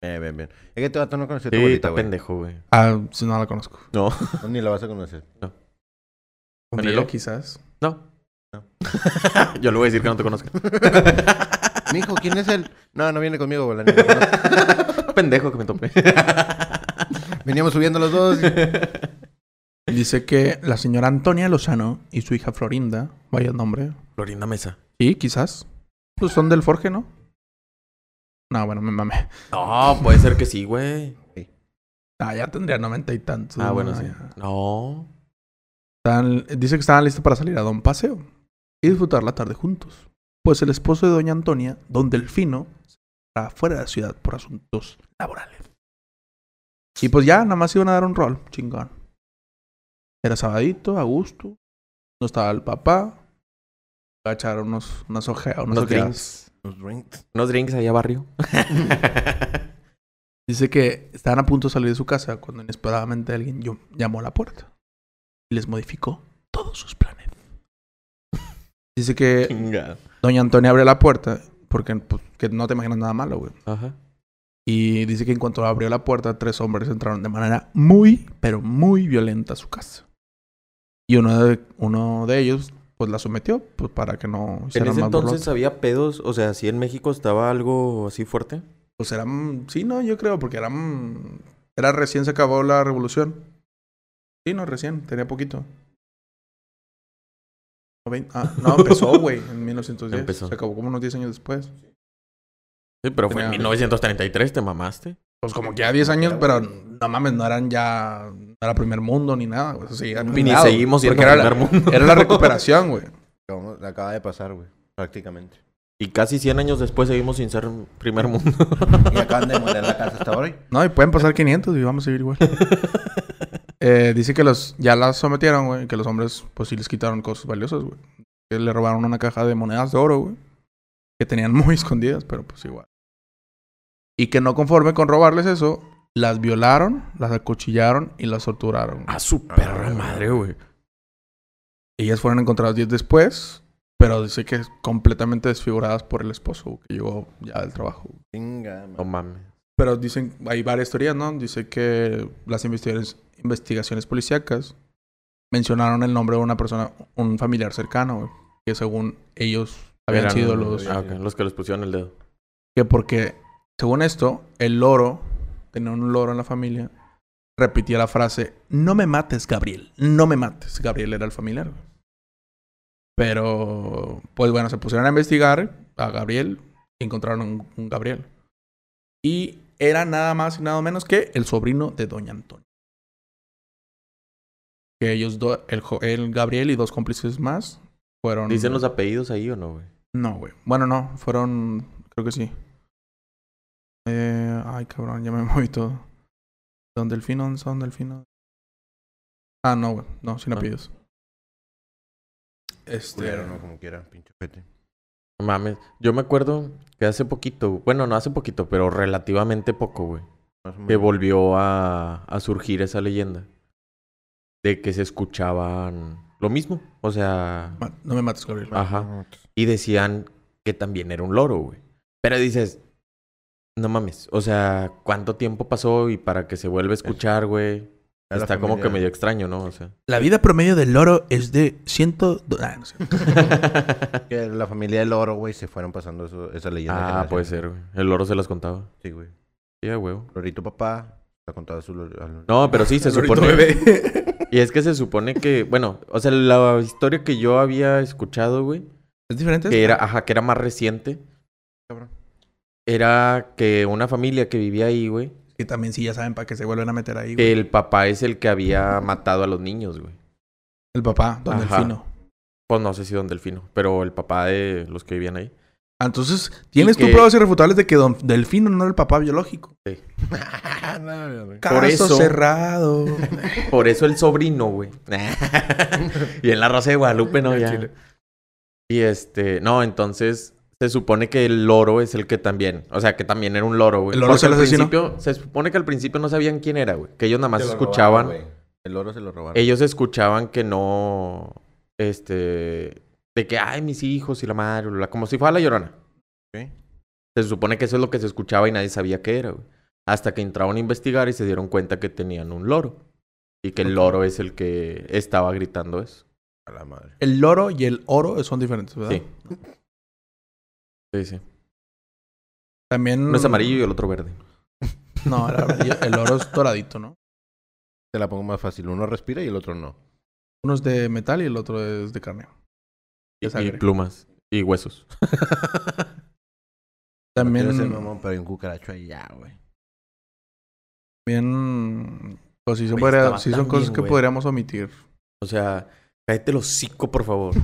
bien, bien, bien. Es que te vato no conoce a
Sí,
tu abuelita,
está
güey.
pendejo, güey.
Ah, si no la conozco.
Ni la vas a conocer.
Un
Manelo.
día, quizás.
No.
No.
Yo le voy a decir que no te conozco.
Mijo, ¿quién es él? No, no viene conmigo, güey. la neta, no.
pendejo que me topé.
Veníamos subiendo los dos.
Dice que la señora Antonia Lozano y su hija Florinda... Vaya nombre.
Florinda Mesa.
Sí, quizás. Pues son del Forge, ¿no? No, bueno, me mamé.
No, puede ser que sí, güey.
Ah, ya tendría noventa y tantos.
Ah, bueno,
¿no?
sí.
Ya.
No.
Estaban- dice que estaban listos para salir a dar un paseo y disfrutar la tarde juntos. Pues el esposo de doña Antonia, don Delfino, está fuera de la ciudad por asuntos laborales. Y pues ya, nada más iban a dar un rol, chingón. Era sabadito, a gusto. No estaba el papá. Iba a echar unos, unas ojea- unas
Unos
ojeadas.
drinks.
Los drinks.
Unos drinks allá barrio.
Dice que estaban a punto de salir de su casa cuando inesperadamente alguien llam- llamó a la puerta y les modificó todos sus planes. Dice que
Chinga.
doña Antonia abrió la puerta porque pues, que no te imaginas nada malo, güey.
Ajá.
Y dice que en cuanto abrió la puerta, tres hombres entraron de manera muy, pero muy violenta a su casa. Y uno de, uno de ellos, pues la sometió pues, para que no
En
hicieran
ese
más
entonces
entonces...
había pedos, o sea, si en México estaba algo así fuerte.
Pues eran, sí, no, yo creo, porque eran, era recién se acabó la revolución. Sí, no, recién, tenía poquito. No, vein- ah, no, empezó, güey, en 1910.
Empezó.
Se acabó como unos 10 años después.
Sí, pero fue en
Tenía-
1933, te mamaste.
Pues como que ya 10 años, pero no mames, no eran ya, no era primer mundo ni nada, güey. O sea, seguían
Ni
pirados,
seguimos siendo
porque era,
primer mundo.
la, era la recuperación, güey.
Acabamos- Acaba de pasar, güey. Prácticamente.
Y casi 100 años después seguimos sin ser primer mundo.
Y acaban de moler la casa hasta ahora. y-
No, y pueden pasar 500 y vamos a seguir igual. Eh, dice que los, ya las sometieron, güey. Que los hombres, pues sí les quitaron cosas valiosas, güey. Que le robaron una caja de monedas de oro, güey. Que tenían muy escondidas, pero pues igual. Y que no conforme con robarles eso, las violaron, las acuchillaron y las torturaron. güey.
A Ah, su
perra
madre, güey.
Ellas fueron encontradas 10 después, pero dice que completamente desfiguradas por el esposo, güey, que llegó ya del trabajo. güey.
Chinga,
No
man.
mames.
Pero dicen, hay varias teorías, ¿no? Dice que las investigaciones, investigaciones policíacas mencionaron el nombre de una persona, un familiar cercano, güey, que según ellos habían
Eran-
sido los...
ah, ok, los que les pusieron el dedo.
Que porque, según esto, el loro, tenía un loro en la familia, repetía la frase, no me mates, Gabriel, no me mates. Gabriel era el familiar. güey. Pero, pues bueno, se pusieron a investigar a Gabriel y encontraron un, un Gabriel. Y era nada más y nada menos que el sobrino de Doña Antonia. Que ellos, dos, el, jo- el Gabriel y dos cómplices más, fueron...
¿Dicen los apellidos ahí o no, güey?
No, güey. Bueno, no. Fueron... Creo que sí. Eh, ay, cabrón. Ya me moví todo. Don Delfino, Don Delfino. Ah, no, güey. No, sin
Ah.
apellidos. Este...
Culero, no, como quiera, pinche pete.
No mames. Yo me acuerdo que hace poquito, bueno, no hace poquito, pero relativamente poco, güey.
más o
que
menos.
volvió a, a surgir esa leyenda de que se escuchaban lo mismo, o sea,
Ma- No me mates, Gabriel.
ajá, y decían que también era un loro, güey. Pero dices, no mames, o sea, ¿cuánto tiempo pasó y para que se vuelva a escuchar, güey?
Ya la
Está como que
familia-
medio extraño, ¿no? O sea.
La vida promedio del loro es de 100... Ah, no sé.
Que la familia del oro, güey, se fueron pasando eso- esa leyenda. de
ah,
generación.
puede ser, güey. El loro se las contaba.
Sí, güey.
Sí, a huevo.
Lorito papá, la contaba su lor- al-
No, pero sí, se
Lorito
supone.
bebé.
Y es que se supone que, bueno, o sea, la historia que yo había escuchado, güey,
¿Es diferente?
que era, ajá, que era más reciente,
Cabrón.
era que una familia que vivía ahí, güey,
Y también sí ya saben para que se vuelvan a meter ahí, güey.
que el papá es el que había matado a los niños, güey.
El papá, don
Ajá.
Delfino.
Pues no sé si Don Delfino, pero el papá de los que vivían ahí.
Ah, Entonces, ¿tienes
que-
tú pruebas irrefutables de que don Delfino no era el papá biológico? Caso
eso-
cerrado.
Por eso el sobrino, güey. y en la raza de Guadalupe, no, ya.
Chile.
Y este, no, entonces se supone que el loro es el que también, o sea, que también era un loro, güey.
¿El loro es
Porque
el
al
asesino?
principio, se supone que al principio no sabían quién era, güey. Que ellos nada más
Se lo
escuchaban,
robaron, güey. el oro se lo robaron.
ellos escuchaban que no, este, de que, ay, mis hijos y la madre, bla, bla, como si fuera la llorona.
Ok.
Se supone que eso es lo que se escuchaba y nadie sabía qué era, güey. Hasta que entraron a investigar y se dieron cuenta que tenían un loro. Y que el loro es el que estaba gritando eso.
A la madre.
El loro y el oro son diferentes, ¿verdad?
Sí. Sí, sí.
También...
Uno es amarillo y el otro verde.
No, el amarillo- el oro es doradito, ¿no?
Te la pongo más fácil. Uno respira y el otro no.
Uno es de metal y el otro es de carne.
Y,
De sangre.
y plumas. Y huesos.
También...
No quiero ser mamón, pero hay un cucaracho ahí ya, güey.
También... Pues sí son,
Güey,
podría-
estaba
sí son
tan
cosas
bien,
que
güey.
podríamos omitir.
O sea, cállate los hocico, por favor.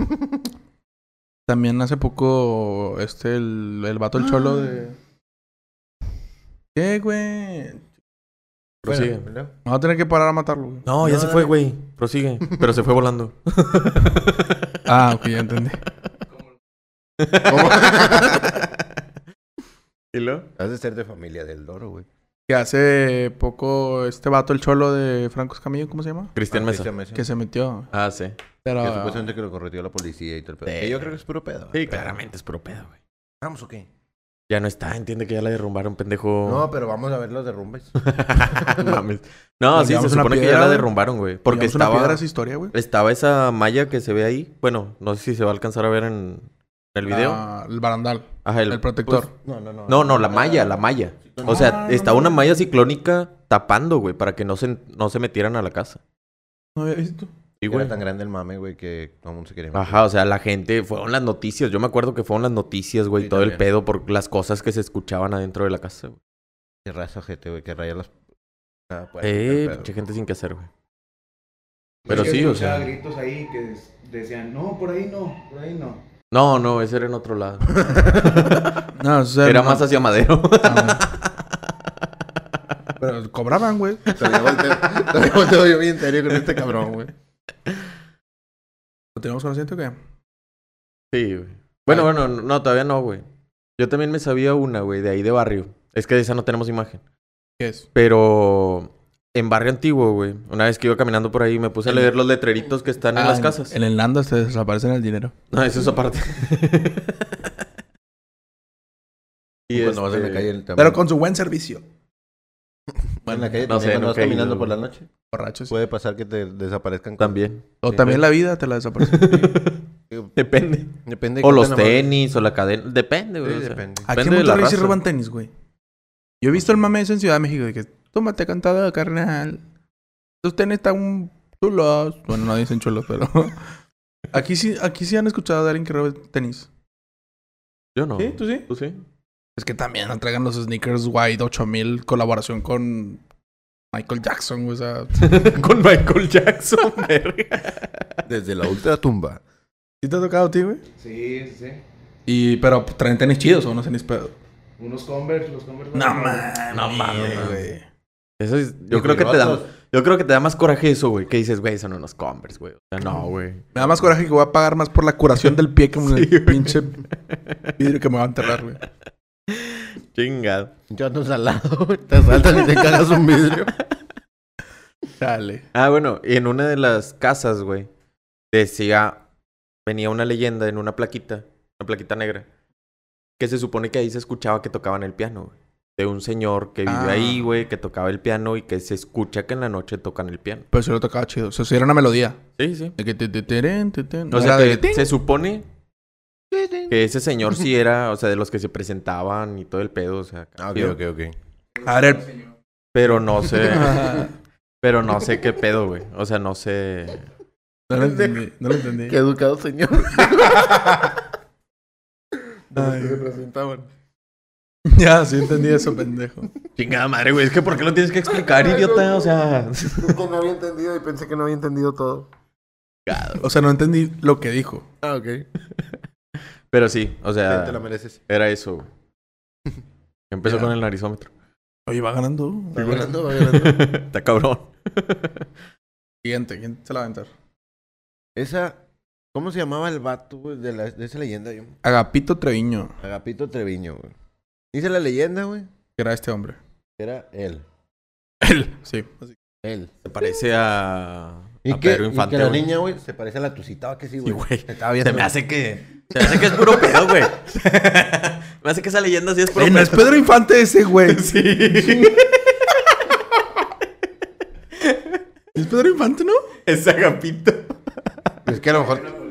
También hace poco... Este, el, el vato, el cholo de... ¿Qué, güey?
Prosigue.
Vamos a tener que parar a matarlo, güey.
No, eh. ya se fue, güey. Prosigue. Pero se fue volando.
Ah, ok, ya entendí.
¿Y luego?
Has de ser de familia del loro, güey.
Que hace poco este vato, el cholo de Franco Escamillo, ¿cómo se llama?
Ah, Cristian Mesa.
Ah, Cristian Mesa.
Que se metió.
Ah, sí.
Pero,
Que supuestamente que lo correteó la policía y todo el pedo.
Sí.
Que yo creo que es puro pedo.
Sí,
güey.
claramente es puro pedo, güey.
¿Vamos o qué?
Ya no está, entiende que ya la derrumbaron, pendejo.
No, pero vamos a ver los derrumbes.
No mames. No, sí,
pues, Nos
se
llevamos una
supone que ya
piedra,
la
güey.
derrumbaron, güey. Porque
digamos, una
estaba,
piedra es historia, güey.
estaba esa malla que se ve ahí. Bueno, no sé si se va a alcanzar a ver en el video.
Ah, el barandal.
Ajá,
El, protector.
No, no, no.
No, no, la malla, la malla. O
Ah.
sea, estaba una malla ciclónica tapando, güey, para que no se, no se metieran a la casa.
no había visto.
Sí,
Era
güey. Ah.
tan grande el mame, güey, que todo el mundo se quería meter.
Ajá, o sea, la gente, fueron las noticias. Yo me acuerdo que fueron las noticias, güey,
Sí,
todo el
también.
pedo por las cosas que se escuchaban adentro de la casa, güey.
Qué raza, gente, güey, que raya las... Ah, pues,
Eh,
el pedo.
pinche gente sin que hacer, güey.
Yo
Pero sí, o
escuchaba
sea.
gritos ahí que des- decían, no, por ahí no, por ahí no.
No, no, ese era en otro lado.
No, o sea,
Era
no-
más hacia madero.
Ah, güey. Pero cobraban, güey.
Todavía volteo, todavía volteo yo bien serio con este cabrón, güey.
¿Lo tenemos conocimiento o qué?
Sí, güey. Bueno, bueno, no, todavía no, güey. Yo también me sabía una, güey, de ahí de barrio. Es que de esa no tenemos imagen.
¿Qué es?
Pero en barrio antiguo, güey. Una vez que iba caminando por ahí, me puse a leer los letreritos que están en
Ah,
las casas.
En Enlanda se desaparecen el dinero.
No, eso es aparte.
Y cuando vas en la
este,
calle... también-
Pero con su buen servicio.
en la calle
no sé,
también cuando
nunca
vas
he ido,
caminando por
güey.
la noche.
Borrachos.
Puede pasar que te desaparezcan. cosas.
También.
o también la vida te la desaparece.
Depende.
Depende. de
O
qué
los
tan amable-
tenis, o la cadena. Depende, güey.
Sí,
o sea.
depende.
Aquí en
Depende de la
Monterrey sí
raza.
roban tenis, güey. Yo he visto el mame eso en Ciudad de México. De que, tómate cantado, carnal. Los tenis están chulos. Bueno, no dicen chulos, pero... aquí, sí, aquí sí han escuchado de alguien que robe tenis.
Yo no.
¿Sí? ¿Tú sí?
¿Tú sí?
Es que también no traigan los sneakers White 8000 colaboración con Michael Jackson, güey. O sea, ¿sí
Con Michael Jackson, verga.
Desde la ultra tumba.
te ha tocado a ti, güey?
Sí, sí, sí.
Y, pero pues, traen tenis chidos o unos tenis pedos.
Unos Converse, los Converse.
No
fueron-
mames,
no mames,
güey.
Eso es- yo, creo que te da, yo creo que te da más coraje eso, güey. Que dices, güey, son unos Converse, güey. O sea, no, güey.
Me da más coraje que voy a pagar más por la curación del pie que un
Sí, güey.
pinche vidrio que me va a enterrar, güey.
Chingado.
Yo ando salado, güey. Te asaltan y te cagas un vidrio.
Dale.
Ah, bueno, y en una de las casas, güey, decía, venía una leyenda en una plaquita, una plaquita negra, que se supone que ahí se escuchaba que tocaban el piano, güey. De un señor que vive
Ah.
ahí, güey, que tocaba el piano y que se escucha que en la noche tocan el piano.
Pero si lo tocaba chido. O sea, si era una melodía.
Sí, sí.
De que te, te, teren, te, ten.
O
No
sea,
era de
que
que-
se supone que ese señor sí era, o sea, de los que se presentaban y todo el pedo, o sea, acá,
Ah, ok,
chido.
ok, ok.
A ver,
pero no sé,
Ah,
pero no sé qué pedo, güey. O sea, no sé.
No lo entendí. No lo entendí.
Qué educado señor.
Ay.
Se presentaban.
Ya, sí entendí eso, pendejo.
Chingada madre, güey. Es que ¿por qué lo tienes que explicar, idiota? O sea,
Es que no había entendido y pensé que no había entendido todo.
O sea, no entendí lo que dijo.
Ah, ok.
pero sí, o sea,
Te la mereces.
era eso. güey. Empezó
Ya.
con el narizómetro.
Oye, va ganando.
Va ganando, va ganando.
Está cabrón.
Siguiente, ¿quién se la va a aventar?
Esa... ¿Cómo se llamaba el vato, güey, de, la- de esa leyenda? yo?
Agapito Treviño,
Agapito Treviño, güey. Dice la leyenda, güey.
que era este hombre.
que Era él.
Él. Sí. así.
Él.
Se parece a,
Y,
a
que,
Pedro
y que
Infante,
la
güey.
niña, güey, se parece a la tucitaba que sí,
Ah, Sí,
güey.
güey.
Estaba bien.
Se me hace que... Se me hace que es puro pedo, güey. me hace que esa leyenda sí es puro
eh, no es Pedro Infante ese, güey.
Sí.
¿Es Pedro Infante, no?
es agapito.
Es que a lo mejor...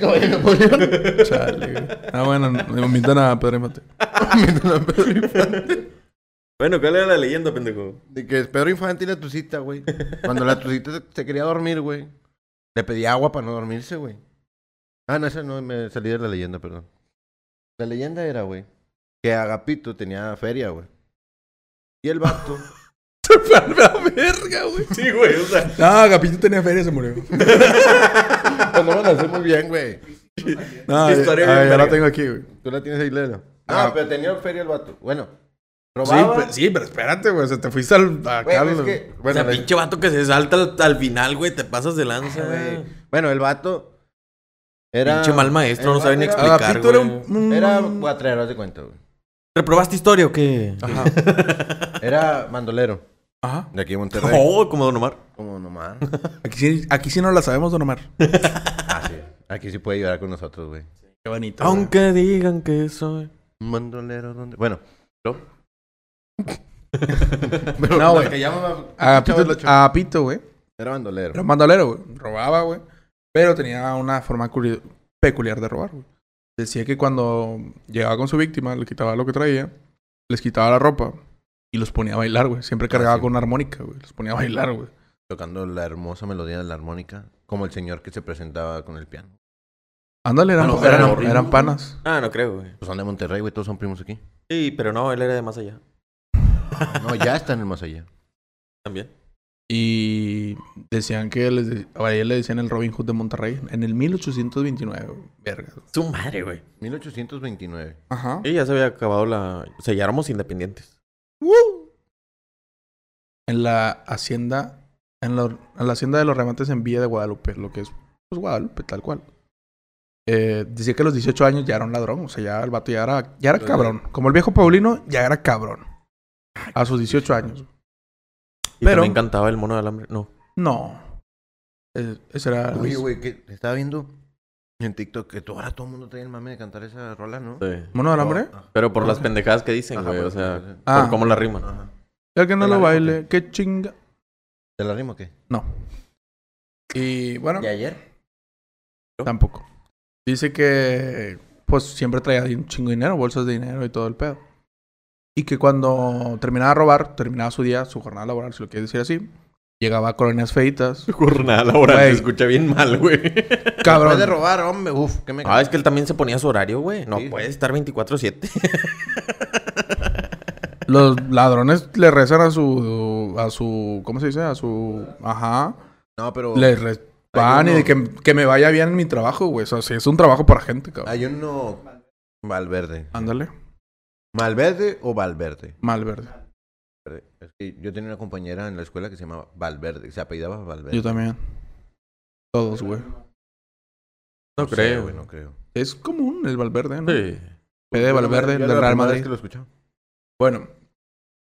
Caballo Napoleón.
Chale, güey. Ah, bueno, me invitan a Pedro Infante.
Bueno, ¿cuál era la leyenda, pendejo?
De que es Pedro Infante y la tucita, güey. Cuando la tucita se, se quería dormir, güey. Le pedía agua para no dormirse, güey. Ah, no, esa no, me salí de la leyenda, perdón. La leyenda era, güey, que Agapito tenía feria, güey. Y el vato...
la verga, güey.
Sí, güey, o sea...
No, Agapito tenía feria y se murió.
Cuando no la sé muy bien, güey.
No,
Historia
ya- ah,
bien
ya la
verga.
tengo aquí, güey.
Tú la tienes ahí, Lelo.
Ah.
Ah, pero tenía feria el vato. Bueno,
Sí,
robaba...
pe- sí, pero espérate, güey. O sea, te fuiste al... a
Ah, Güey,
Carlos.
es que-
O
bueno,
sea,
le-
pinche vato que se salta al, al final, güey, te pasas de lanza,
güey.
güey.
bueno, el vato era...
Pinche mal maestro,
el
no saben
vato era-
explicar,
Agapito era
güey.
un... un-
Era cuatrero, haz de cuenta, güey.
¿Reprobaste historia o qué?
Ajá.
Era mandolero.
Ajá.
De aquí de Monterrey.
Oh, como Don Omar.
Como nomás.
Aquí sí, aquí sí no la sabemos, Don Omar.
Ah, sí. Aquí sí puede llorar con nosotros, güey.
Qué bonito.
Aunque digan que soy...
Mandolero, ¿dónde? Bueno.
¿No?
No,
Pero no,
güey.
güey. que llama
Agapito,
Chabelo Ochoa.
Agapito, güey.
Era bandolero.
Era un bandolero, güey. Robaba, güey. Pero tenía una forma curi- peculiar de robar, güey. Decía que cuando llegaba con su víctima, le quitaba lo que traía, les quitaba la ropa y los ponía a bailar, güey. Siempre cargaba
sí.
con una armónica, güey. Los ponía a bailar, güey.
Tocando la hermosa melodía de la armónica. Como el señor que se presentaba con el piano.
Ándale, eran,
A lo mejor
eran,
era horrible.
eran panas.
Ah, no creo, güey.
Pues son de Monterrey, güey. Todos son primos aquí.
Sí, pero no, él era de más allá.
No, ya están en el más allá.
También.
Y decían que les, de- a él le decían el Robin Hood de Monterrey en el 1829, güey. Verga. güey.
Su madre, güey.
1829.
Ajá.
Y ya se había acabado la... O sea, ya éramos independientes.
En la hacienda, en, la- en la hacienda de los remates en Villa de Guadalupe, lo que es pues, Guadalupe, tal cual. Eh, decía que a los 18 años ya era un ladrón, o sea, ya el vato ya era, ya era
Pero-
cabrón. Como el viejo Paulino, ya era cabrón. A sus 18 años.
Y
Pero-
me encantaba el mono de alambre. No.
No. Eh, ese era...
Oye, güey, que estaba viendo en TikTok que todo- ahora todo el mundo trae el mame de cantar esa rola, ¿no?
Sí.
¿Mono de alambre?
Ah,
Pero por las pendejadas que dicen,
ajá,
güey.
por-
O sea,
Ah.
por cómo la rima.
Ajá.
Ya que no lo
Te la rimo,
baile, qué chinga...
¿Te la rimo o qué?
No. Y bueno...
¿Y ayer?
Tampoco. Dice que pues siempre traía un chingo de dinero, bolsas de dinero y todo el pedo. Y que cuando terminaba de robar, terminaba su día, su jornada laboral, si lo quieres decir así, llegaba a colonias feitas.
Jornada laboral.
Güey.
Se escucha bien mal, güey.
Después de
Cabrón.
robar, hombre, uf, qué me
Ah, es que él también se ponía su horario, güey. No
Sí.
puede estar 24-7.
Los ladrones le rezan a su a su ¿cómo se dice? a su ajá.
No, pero
Le re- van y de que, que me vaya bien en mi trabajo, güey. O sea, sí es un trabajo para gente, cabrón.
hay uno Valverde.
Ándale.
¿Malverde o Valverde?
Mal verde.
Es que yo tenía una compañera en la escuela que se llamaba Valverde, se apellidaba Valverde.
Yo también. Todos, güey.
No
sé,
creo,
güey,
güey.
no creo.
Es común el Valverde, ¿no?
Sí.
Fede Valverde,
Yo
del
la
Real
primera vez
Madrid.
que lo escuchaba.
Bueno,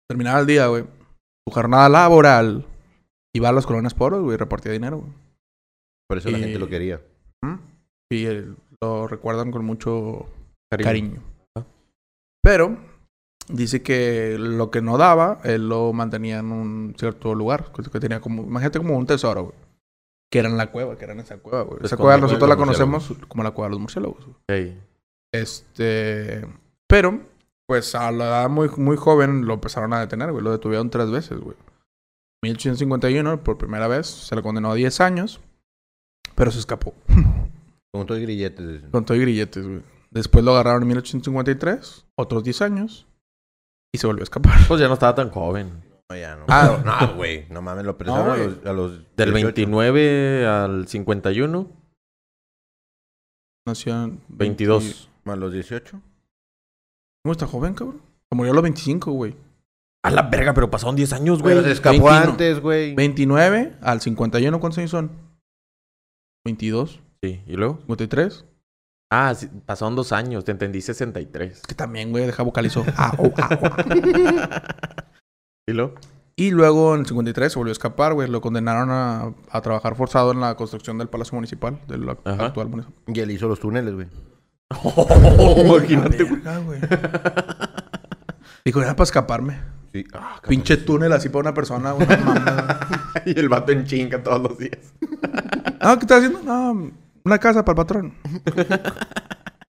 terminaba el día, güey. Su jornada laboral. Iba a los colonias pobres, güey, y repartía dinero, güey.
Por eso la
Y-
gente lo quería.
Y eh, lo recuerdan con mucho
Cariño.
cariño.
Ah.
Pero dice que lo que no daba, él lo mantenía en un cierto lugar. que- Que tenía como, imagínate como un tesoro, güey. Que era en la cueva, que era en esa cueva, güey.
Pues
esa
como
cueva
la cueva de
nosotros la
los
conocemos como la cueva de los murciélagos. güey.
Ey.
Este. Pero, pues a la edad muy, muy joven lo empezaron a detener, güey. Lo detuvieron tres veces, güey. 1851, por primera vez, se le condenó a 10 años, pero se escapó.
Con todo y grilletes. dicen.
Con todo y grilletes, güey. Después lo agarraron en 1853, otros 10 años, y se volvió a escapar.
Pues ya no estaba tan joven.
No, ya no.
Ah.
Pero no, güey. No mames, lo presaron a,
güey.
los, a los
Del
18.
29 al 51,
Nació en
22.
20
A los 18.
¿Cómo está joven, cabrón? Se murió a los 25, güey.
A la verga, pero pasaron 10
Pues,
años, güey.
Pero se escapó
21.
antes, güey.
29 al 51, ¿cuántos años son? 22,
Sí, ¿y luego?
53.
Ah, sí, pasaron dos años, te entendí 63.
Que también, güey, deja vocalizó. Ah, oh, ah, oh.
¿Y luego?
Y luego en el 53 se volvió a escapar, güey. Lo condenaron a, a trabajar forzado en la construcción del Palacio Municipal, del ac-
Ajá.
actual municipio.
Y él hizo los túneles, güey.
Oh, imagínate, güey.
Verga, güey. Dijo, era para escaparme.
Sí. Ah, cabrón.
Pinche túnel así para una persona, una mamada.
Y el vato en chinga todos los días.
Ah, ¿qué estás haciendo? No, una casa para el patrón.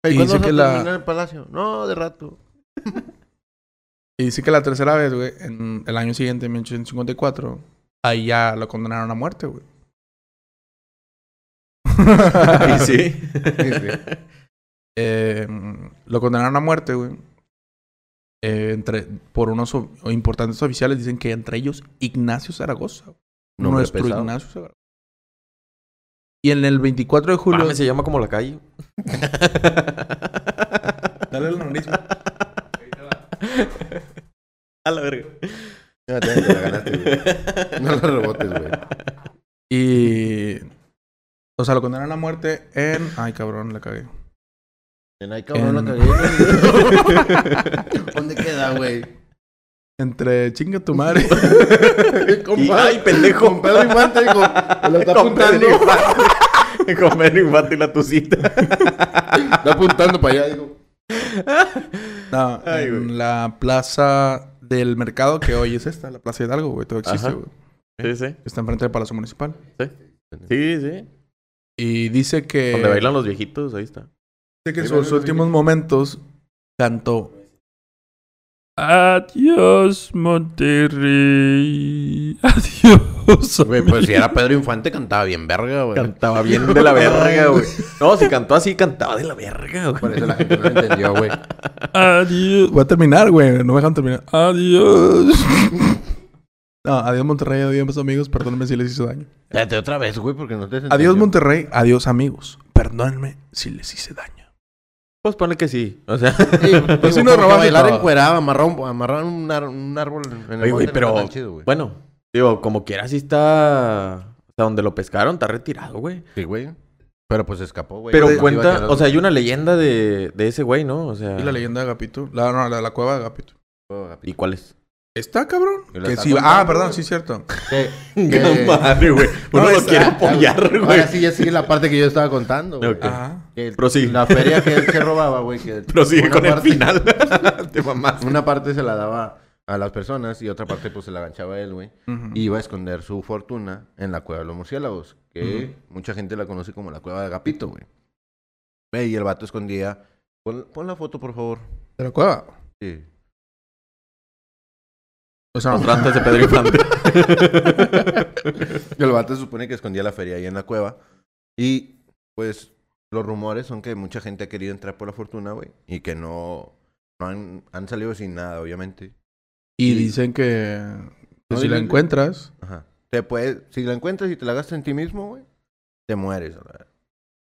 ¿Y
Y
cuándo
dice
vas a
que la-
terminar el palacio? No, de rato.
Y dice que la tercera vez, güey, en el año siguiente, en 1854, ahí ya lo condenaron a muerte, güey.
Ah,
Y sí.
Eh, lo condenaron a muerte, güey. Eh, entre, por unos o- importantes oficiales dicen que entre ellos Ignacio Zaragoza. güey.
Nombre
Nuestro
pesado.
Ignacio Zaragoza. Y en el 24 de julio.
Mame, se llama como la calle.
Dale la nariz, güey.
A la verga.
Ya, te te la ganaste, güey. No la rebotes, güey.
Y. O sea, lo condenaron a muerte en. Ay, cabrón, la cagué.
En ahí, cabrón, la
En-
cagué, güey. ¿Dónde queda, güey?
Entre chinga tu madre.
Y- ay, pendejo.
Con Pedro Infante, con... Lo está
Con Pedro
apuntando.
Con Pedro Infante y la tucita.
Está apuntando para allá, digo.
No,
Ay,
en
güey.
la plaza del mercado que hoy es esta, la plaza Hidalgo, güey. Todo existe,
Ajá.
güey.
Sí, sí.
Está enfrente del Palacio Municipal.
Sí, sí.
Y dice que.
Donde bailan los viejitos, ahí está.
Dice que en
Ahí va,
sus
ahí va,
últimos momentos cantó.
Adiós, Monterrey. Adiós.
Güey, pues si era Pedro Infante, cantaba bien verga, güey.
Cantaba bien de la verga, güey. No, si cantó así, cantaba de la verga,
Por
güey.
eso la gente no lo entendió, güey.
Adiós.
Voy a terminar, güey. No me dejan terminar. Adiós. no, adiós Monterrey, adiós amigos. Perdónenme si les hice daño.
Espérate otra vez, güey, porque no te
Adiós
entendió.
Monterrey, adiós amigos. Perdónenme si les hice daño.
Pues ponle que sí. O sea,
Sí,
Pues
pues
sí
si
nos
no
robaste
bailar
todo.
encuerado, amarraron, amarraron un, ar- un árbol en el
Oye, güey,
monte, no
pero-
está tan chido, güey.
bueno, digo, como quiera, sí está. O sea, donde lo pescaron, está retirado, güey.
Sí, güey. Pero pues se escapó, güey.
Pero
Iba a quedar
cuenta, o
los-
sea, hay una leyenda de, de ese güey, ¿no? O sea,
Y la leyenda de Agapito. La, no, la de la cueva de Agapito.
¿y cuál es?
Está, cabrón.
Y la
Que
está
sí-
contando,
ah, perdón,
güey.
sí, cierto.
Que-
Gran
que- pues, ah,
madre, güey. Uno
No,
lo
esa-
quiere apoyar, güey.
Ahora sí, ya sigue la parte que yo estaba contando, güey.
Ok.
Ajá.
Que el-
Prosigue.
La feria que él se robaba, güey. que
Prosigue
una
con el
parte-
final. Te mamás.
Una parte se la daba a las personas y otra parte pues se la ganchaba a él, güey.
Ujú.
Y iba a esconder su fortuna en la cueva de los murciélagos, que mucha gente la conoce como la cueva de Agapito, güey. Ve, Y el vato escondía... Pon, pon la foto, por favor.
De la cueva.
Sí.
O sea,
Contratos de Pedro Infante.
Y El vato se supone que escondía la feria ahí en la cueva. Y pues los rumores son que mucha gente ha querido entrar por la fortuna, güey. Y que no, no han, han salido sin nada, obviamente.
y
y-
dicen que, que
No,
si la
dicen-
encuentras,
Ajá. Te puedes, si la encuentras y te la gastas en ti mismo, güey, te mueres. a la verga.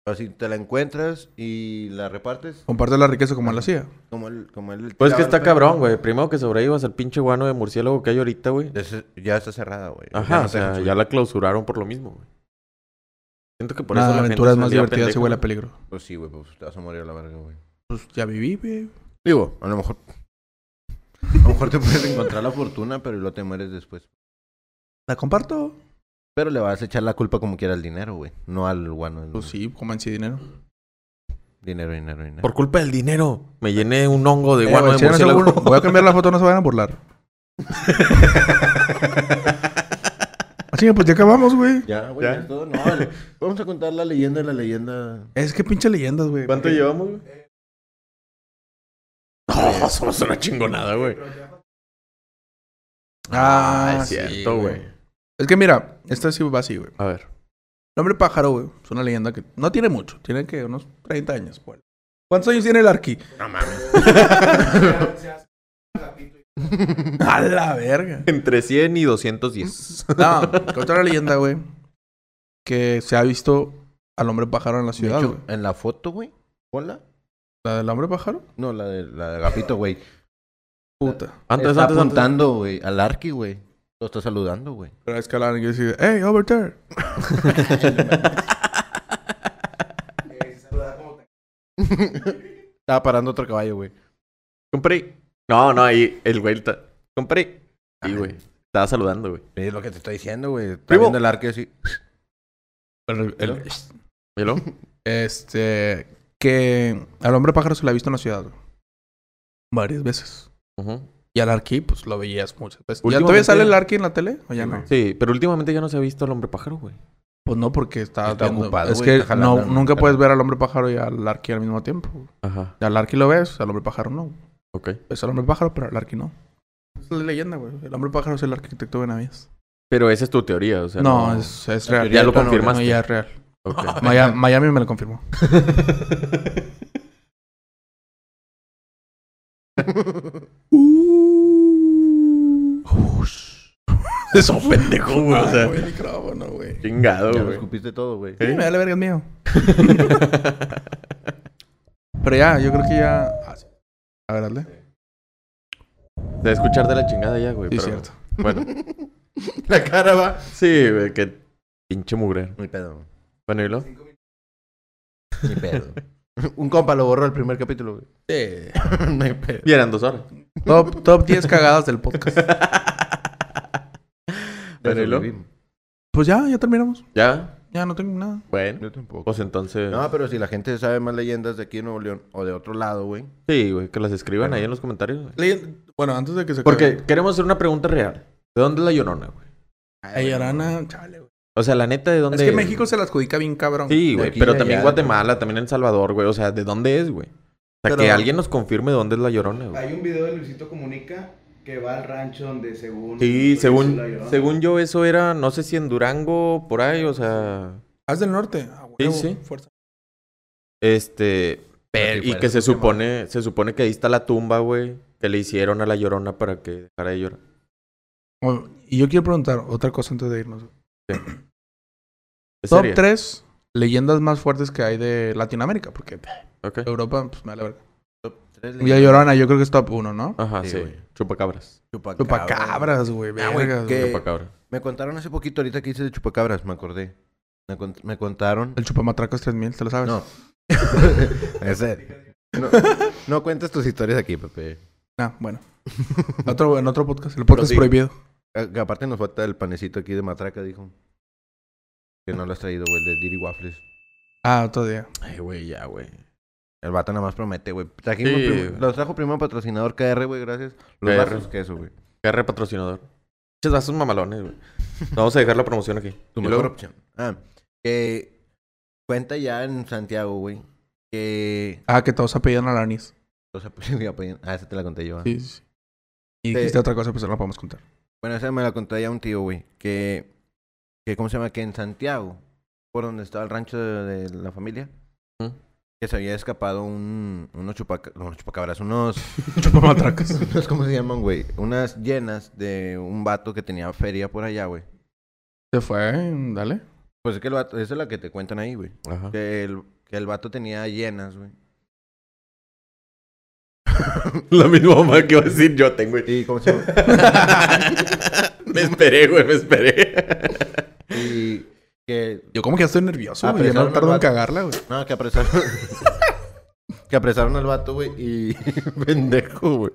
Pero si te la encuentras y la repartes,
comparte la riqueza como él hacía.
como el... Como el
Pues es que
tiraba el
está
pedo,
cabrón, güey. Primero que sobrevivas al pinche guano de murciélago que hay ahorita, güey.
des- Ya está cerrada, güey. Ya
Ajá,
no
o
te dejan
sea,
subir.
ya la clausuraron por lo mismo, güey. Siento que por
Nada,
eso
la
la
aventura es más
salía
divertida si
pendeja,
huele a
güey.
peligro.
Pues sí, güey, pues te vas a morir a la verga, güey.
Pues ya viví, güey.
Digo, a lo mejor. A lo mejor te puedes encontrar la fortuna, pero lo te mueres después.
La comparto.
Pero le vas a echar la culpa como quiera al dinero, güey. No al guano. al
Pues sí, coman sí dinero.
Dinero, dinero, dinero.
Por culpa del dinero, me llené un hongo de
Eh,
guano
güey,
de
si eres
murciélago.
seguro, voy a cambiar la foto, no se vayan a burlar. Así que pues ya acabamos, güey.
Ya, güey, ya es todo. No, vale. Vamos a contar la leyenda de la leyenda.
Es que pinche leyendas, güey.
¿Cuánto llevamos, güey? No, somos una chingonada, güey.
Ah,
es
sí,
cierto, güey.
Es que mira, esta sí va así, güey.
A ver.
Nombre pájaro, güey. Es una leyenda que no tiene mucho. Tiene que unos 30 años, güey. ¿Cuántos años tiene el arqui?
No mames.
A la verga.
Entre 100 y 210.
No, otra leyenda, güey. Que se ha visto al hombre pájaro en la
De
ciudad,
hecho,
güey.
en la foto, güey. ¿Hola?
¿La del hombre pájaro?
No, la de, la de Agapito, güey.
Puta.
Antes, antes,
está
antes.
apuntando, güey, al Arqui, güey. Lo está saludando, güey.
Pero es que hablan y decir, hey, over there.
Estaba parando otro caballo, güey.
Compré. No, no, ahí el güey está. Compré. Sí, güey. Estaba saludando, güey.
Ah, Es lo que te estoy diciendo, güey. Está
Primo.
viendo el Arqui así.
El- el-
¿Velo?
este. Que al hombre pájaro se le ha visto en la ciudad, güey. Varias veces.
Ujú.
Y al arqui, pues lo veías muchas veces. ¿Ya
Últimamente-
todavía sale el arqui en la tele? ¿O ya no?
Sí, pero últimamente ya no se ha visto al hombre pájaro, güey.
Pues no, porque está,
Está ocupado,
Es
güey,
que
está jalando,
no, nunca
claro.
puedes ver al hombre pájaro y al arqui al mismo tiempo. güey.
Ajá.
Al arqui lo ves, al hombre pájaro no.
Ok.
Es al hombre pájaro, pero al arqui no. Es la leyenda, güey. El hombre pájaro es el arquitecto de Benavides.
Pero esa es tu teoría, o sea.
no, es, es real.
teoría Ya lo
No, no,
confirmaste.
ya es real.
Ok.
Maya- Miami, me lo confirmó.
Eso, pendejo, güey. O sea,
el micrófono, güey.
Chingado,
Ya lo
güey.
escupiste todo, güey.
Sí, me da la verga el mío. Pero ya, yo creo que ya. ah, sí. A ver, hazle.
Se va a escuchar de la chingada ya, güey.
Sí,
pero-
cierto.
Bueno.
La cara va.
Sí, güey, que pinche mugre.
Ni pedo.
Bueno, ¿y lo?
Ni pedo. Un compa lo borró el primer capítulo, güey. no hay pedo.
Y eran dos horas.
Top, top 10 cagadas del podcast.
Bueno, ¿y lo?
Pues ya, ya terminamos.
¿Ya?
Ya no tengo nada.
Bueno.
Yo tampoco.
Pues entonces...
No, pero si la gente sabe más leyendas de aquí en Nuevo León o de otro lado, güey.
Sí, güey, que las escriban ahí en los comentarios, güey.
Leyen- Bueno, antes de que se
Porque queremos hacer una pregunta real. ¿De dónde es la llorona, güey?
Ay, Arana, chale, güey.
O sea, la neta, ¿de dónde
Es que México se la adjudica bien cabrón.
Sí,
de
güey,
aquí
pero
y
también
allá,
Guatemala, también El Salvador, güey. O sea, ¿de dónde es, güey? O sea,
Pero-
que alguien nos confirme dónde es la llorona, güey.
Hay un video de Luisito Comunica que va al rancho donde según...
Sí,
dice
según,
la llorona.
según yo, eso era, no sé si en Durango, por ahí, o sea.
Haz del norte. Ah,
Sí,
huevo,
sí.
Fuerza.
Este.
Pero sí
y
fue
que
eso,
se
qué mal.
supone, se supone que ahí está la tumba, güey. Que le hicieron a la llorona para que dejara de llorar.
Bueno, Oh, y yo quiero preguntar otra cosa antes de irnos.
¿Es
Top
seria?
3 leyendas más fuertes que hay de Latinoamérica. Porque
Ok.
Europa, pues me da la verga.
Tres
Ya Llorona, yo creo que es top 1, ¿no?
Ajá,
Sí,
sí.
güey.
Chupacabras.
Chupacabras, güey.
Ah, güey,
Vergas,
¿qué?
güey.
Chupacabra.
Me contaron hace poquito, ahorita que hice de chupacabras, me acordé. Me, cont- me contaron.
El chupamatracas 3000, ¿te lo sabes?
No. Ese. No, no cuentes tus historias aquí, Pepe.
Ah, bueno. Otro, en otro podcast. El podcast
Prosigue.
prohibido.
A- que Aparte nos falta el panecito aquí de matraca, dijo. Que no lo has traído, güey, el de Diri Waffles.
Ah, otro día.
Ay, güey, ya, güey.
El vato nada más promete, güey. Trajimos
Sí,
prim-
güey.
Los trajo primero patrocinador KR, güey, gracias. Los
KR.
vasos queso, güey.
Agarre patrocinador. Muchas gracias, mamalones, güey. Vamos a dejar la promoción aquí.
Tu
Y
mejor
luego-
opción. Ah, que cuenta ya en Santiago, güey. Que.
Ah, que todos apellidan a la anís.
o sea, pues, iba a pedir- ah, esa te la conté yo. ah.
Sí, sí, sí. Y
Sí.
dijiste otra cosa, pues no la podemos contar.
Bueno, esa me la contó ya un tío, güey. Que, que, ¿cómo se llama? Que en Santiago, por donde estaba el rancho de, de la familia,
Ujú.
que se había escapado un, unos, chupaca- no, unos chupacabras, unos,
Chupamatracas.
unos, ¿cómo se llaman, güey? Unas llenas de un vato que tenía feria por allá, güey.
Se fue, dale.
Pues es que el vato, esa es la que te cuentan ahí, güey.
Ajá.
Que el, que el vato tenía llenas, güey.
La misma mamá que iba a decir yo tengo, güey.
Y, ¿cómo se llama?
me esperé, güey, me esperé.
y que
Yo como que ya estoy nervioso,
Ah,
güey.
pero
Ya no
dejaron al
tardo en
vato.
cagarla, güey.
No, que apresaron. que apresaron al vato, güey, y... Pendejo, güey.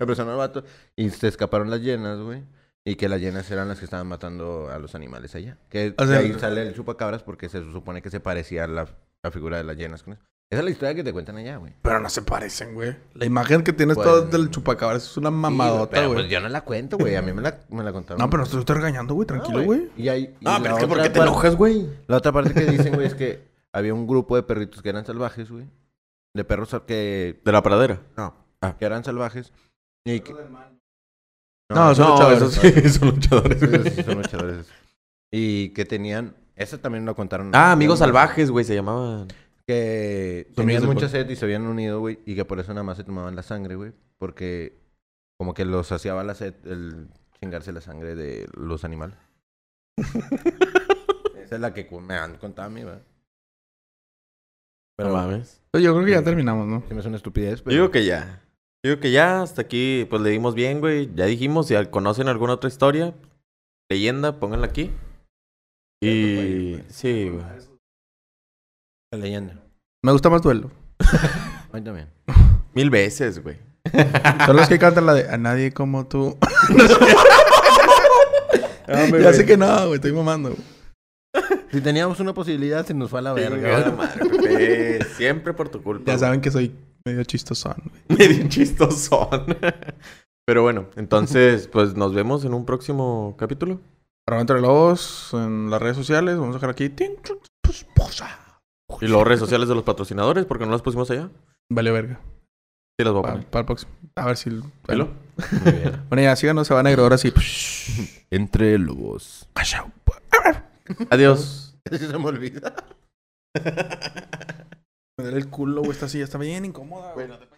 Apresaron al vato y se escaparon las llenas, güey. Y que las llenas eran las que estaban matando a los animales allá. Que
O
de
sea-
ahí sale el chupacabras porque se supone que se parecía la, la figura de las llenas con eso. Esa es la historia que te cuentan allá, güey.
Pero no se parecen, güey. La imagen que tienes
Bueno.
todo del chupacabras es una
Mamadota,
mamadota,
Pues
güey.
yo no la cuento, güey. A mí me la, me la contaron.
no, pero no te estoy regañando, güey. Tranquilo, güey.
Y ahí... y
Ah, pero
la
es que ¿por
otra
qué te
parte-
enojas, güey?
La otra parte que dicen, güey, es que había un grupo de perritos que eran salvajes, güey. De perros sal- que...
De la pradera.
No.
Ah.
Que eran salvajes. Y que...
No, son
No,
luchadores.
esos sí, son luchadores.
Esos
güey.
sí son luchadores. Y que tenían... Eso también lo contaron.
Ah, amigos salvajes, güey, se llamaban.
Que
amigos
tenían
del
mucha
pueblo.
sed y se habían unido, güey. Y que por eso nada más se tomaban la sangre, güey. Porque como que los saciaba la sed el chingarse la sangre de los animales. Esa es la que cu- me han contado a mí, ¿verdad? Pero
no mames.
Yo creo que ya terminamos, ¿no?
se me hace una estupidez, pero...
Yo Digo que ya. Yo Digo que ya, hasta aquí, pues le dimos bien, güey. Ya dijimos, si al- conocen alguna otra historia, leyenda, pónganla aquí. Y... Sí, güey.
La leyenda.
Me gusta más duelo.
A mí también.
Mil veces, güey.
Son los que cantan la de A nadie como tú.
Hombre,
ya
güey.
sé que no, güey. Estoy mamando. güey.
Si teníamos una posibilidad, se nos fue a la verga.
Chingada madre, Pepe. Siempre por tu culpa.
Ya
güey.
saben que soy medio chistosón, güey.
Medio chistosón. Pero bueno, entonces, pues nos vemos en un próximo capítulo.
Pero entre lobos, en las redes sociales, vamos a dejar aquí. tin, tru, pus, posa.
Y las redes sociales de los patrocinadores, porque no las pusimos allá.
Vale, verga.
Sí, las voy a
Para,
poner.
para el próximo. A ver si.
Velo.
Muy bien.
Bueno, ya síganos, se van a negro ahora sí. Psh.
Entre lobos.
Adiós.
se me olvida.
Me duele el culo, güey. Esta silla está bien incómoda, güey.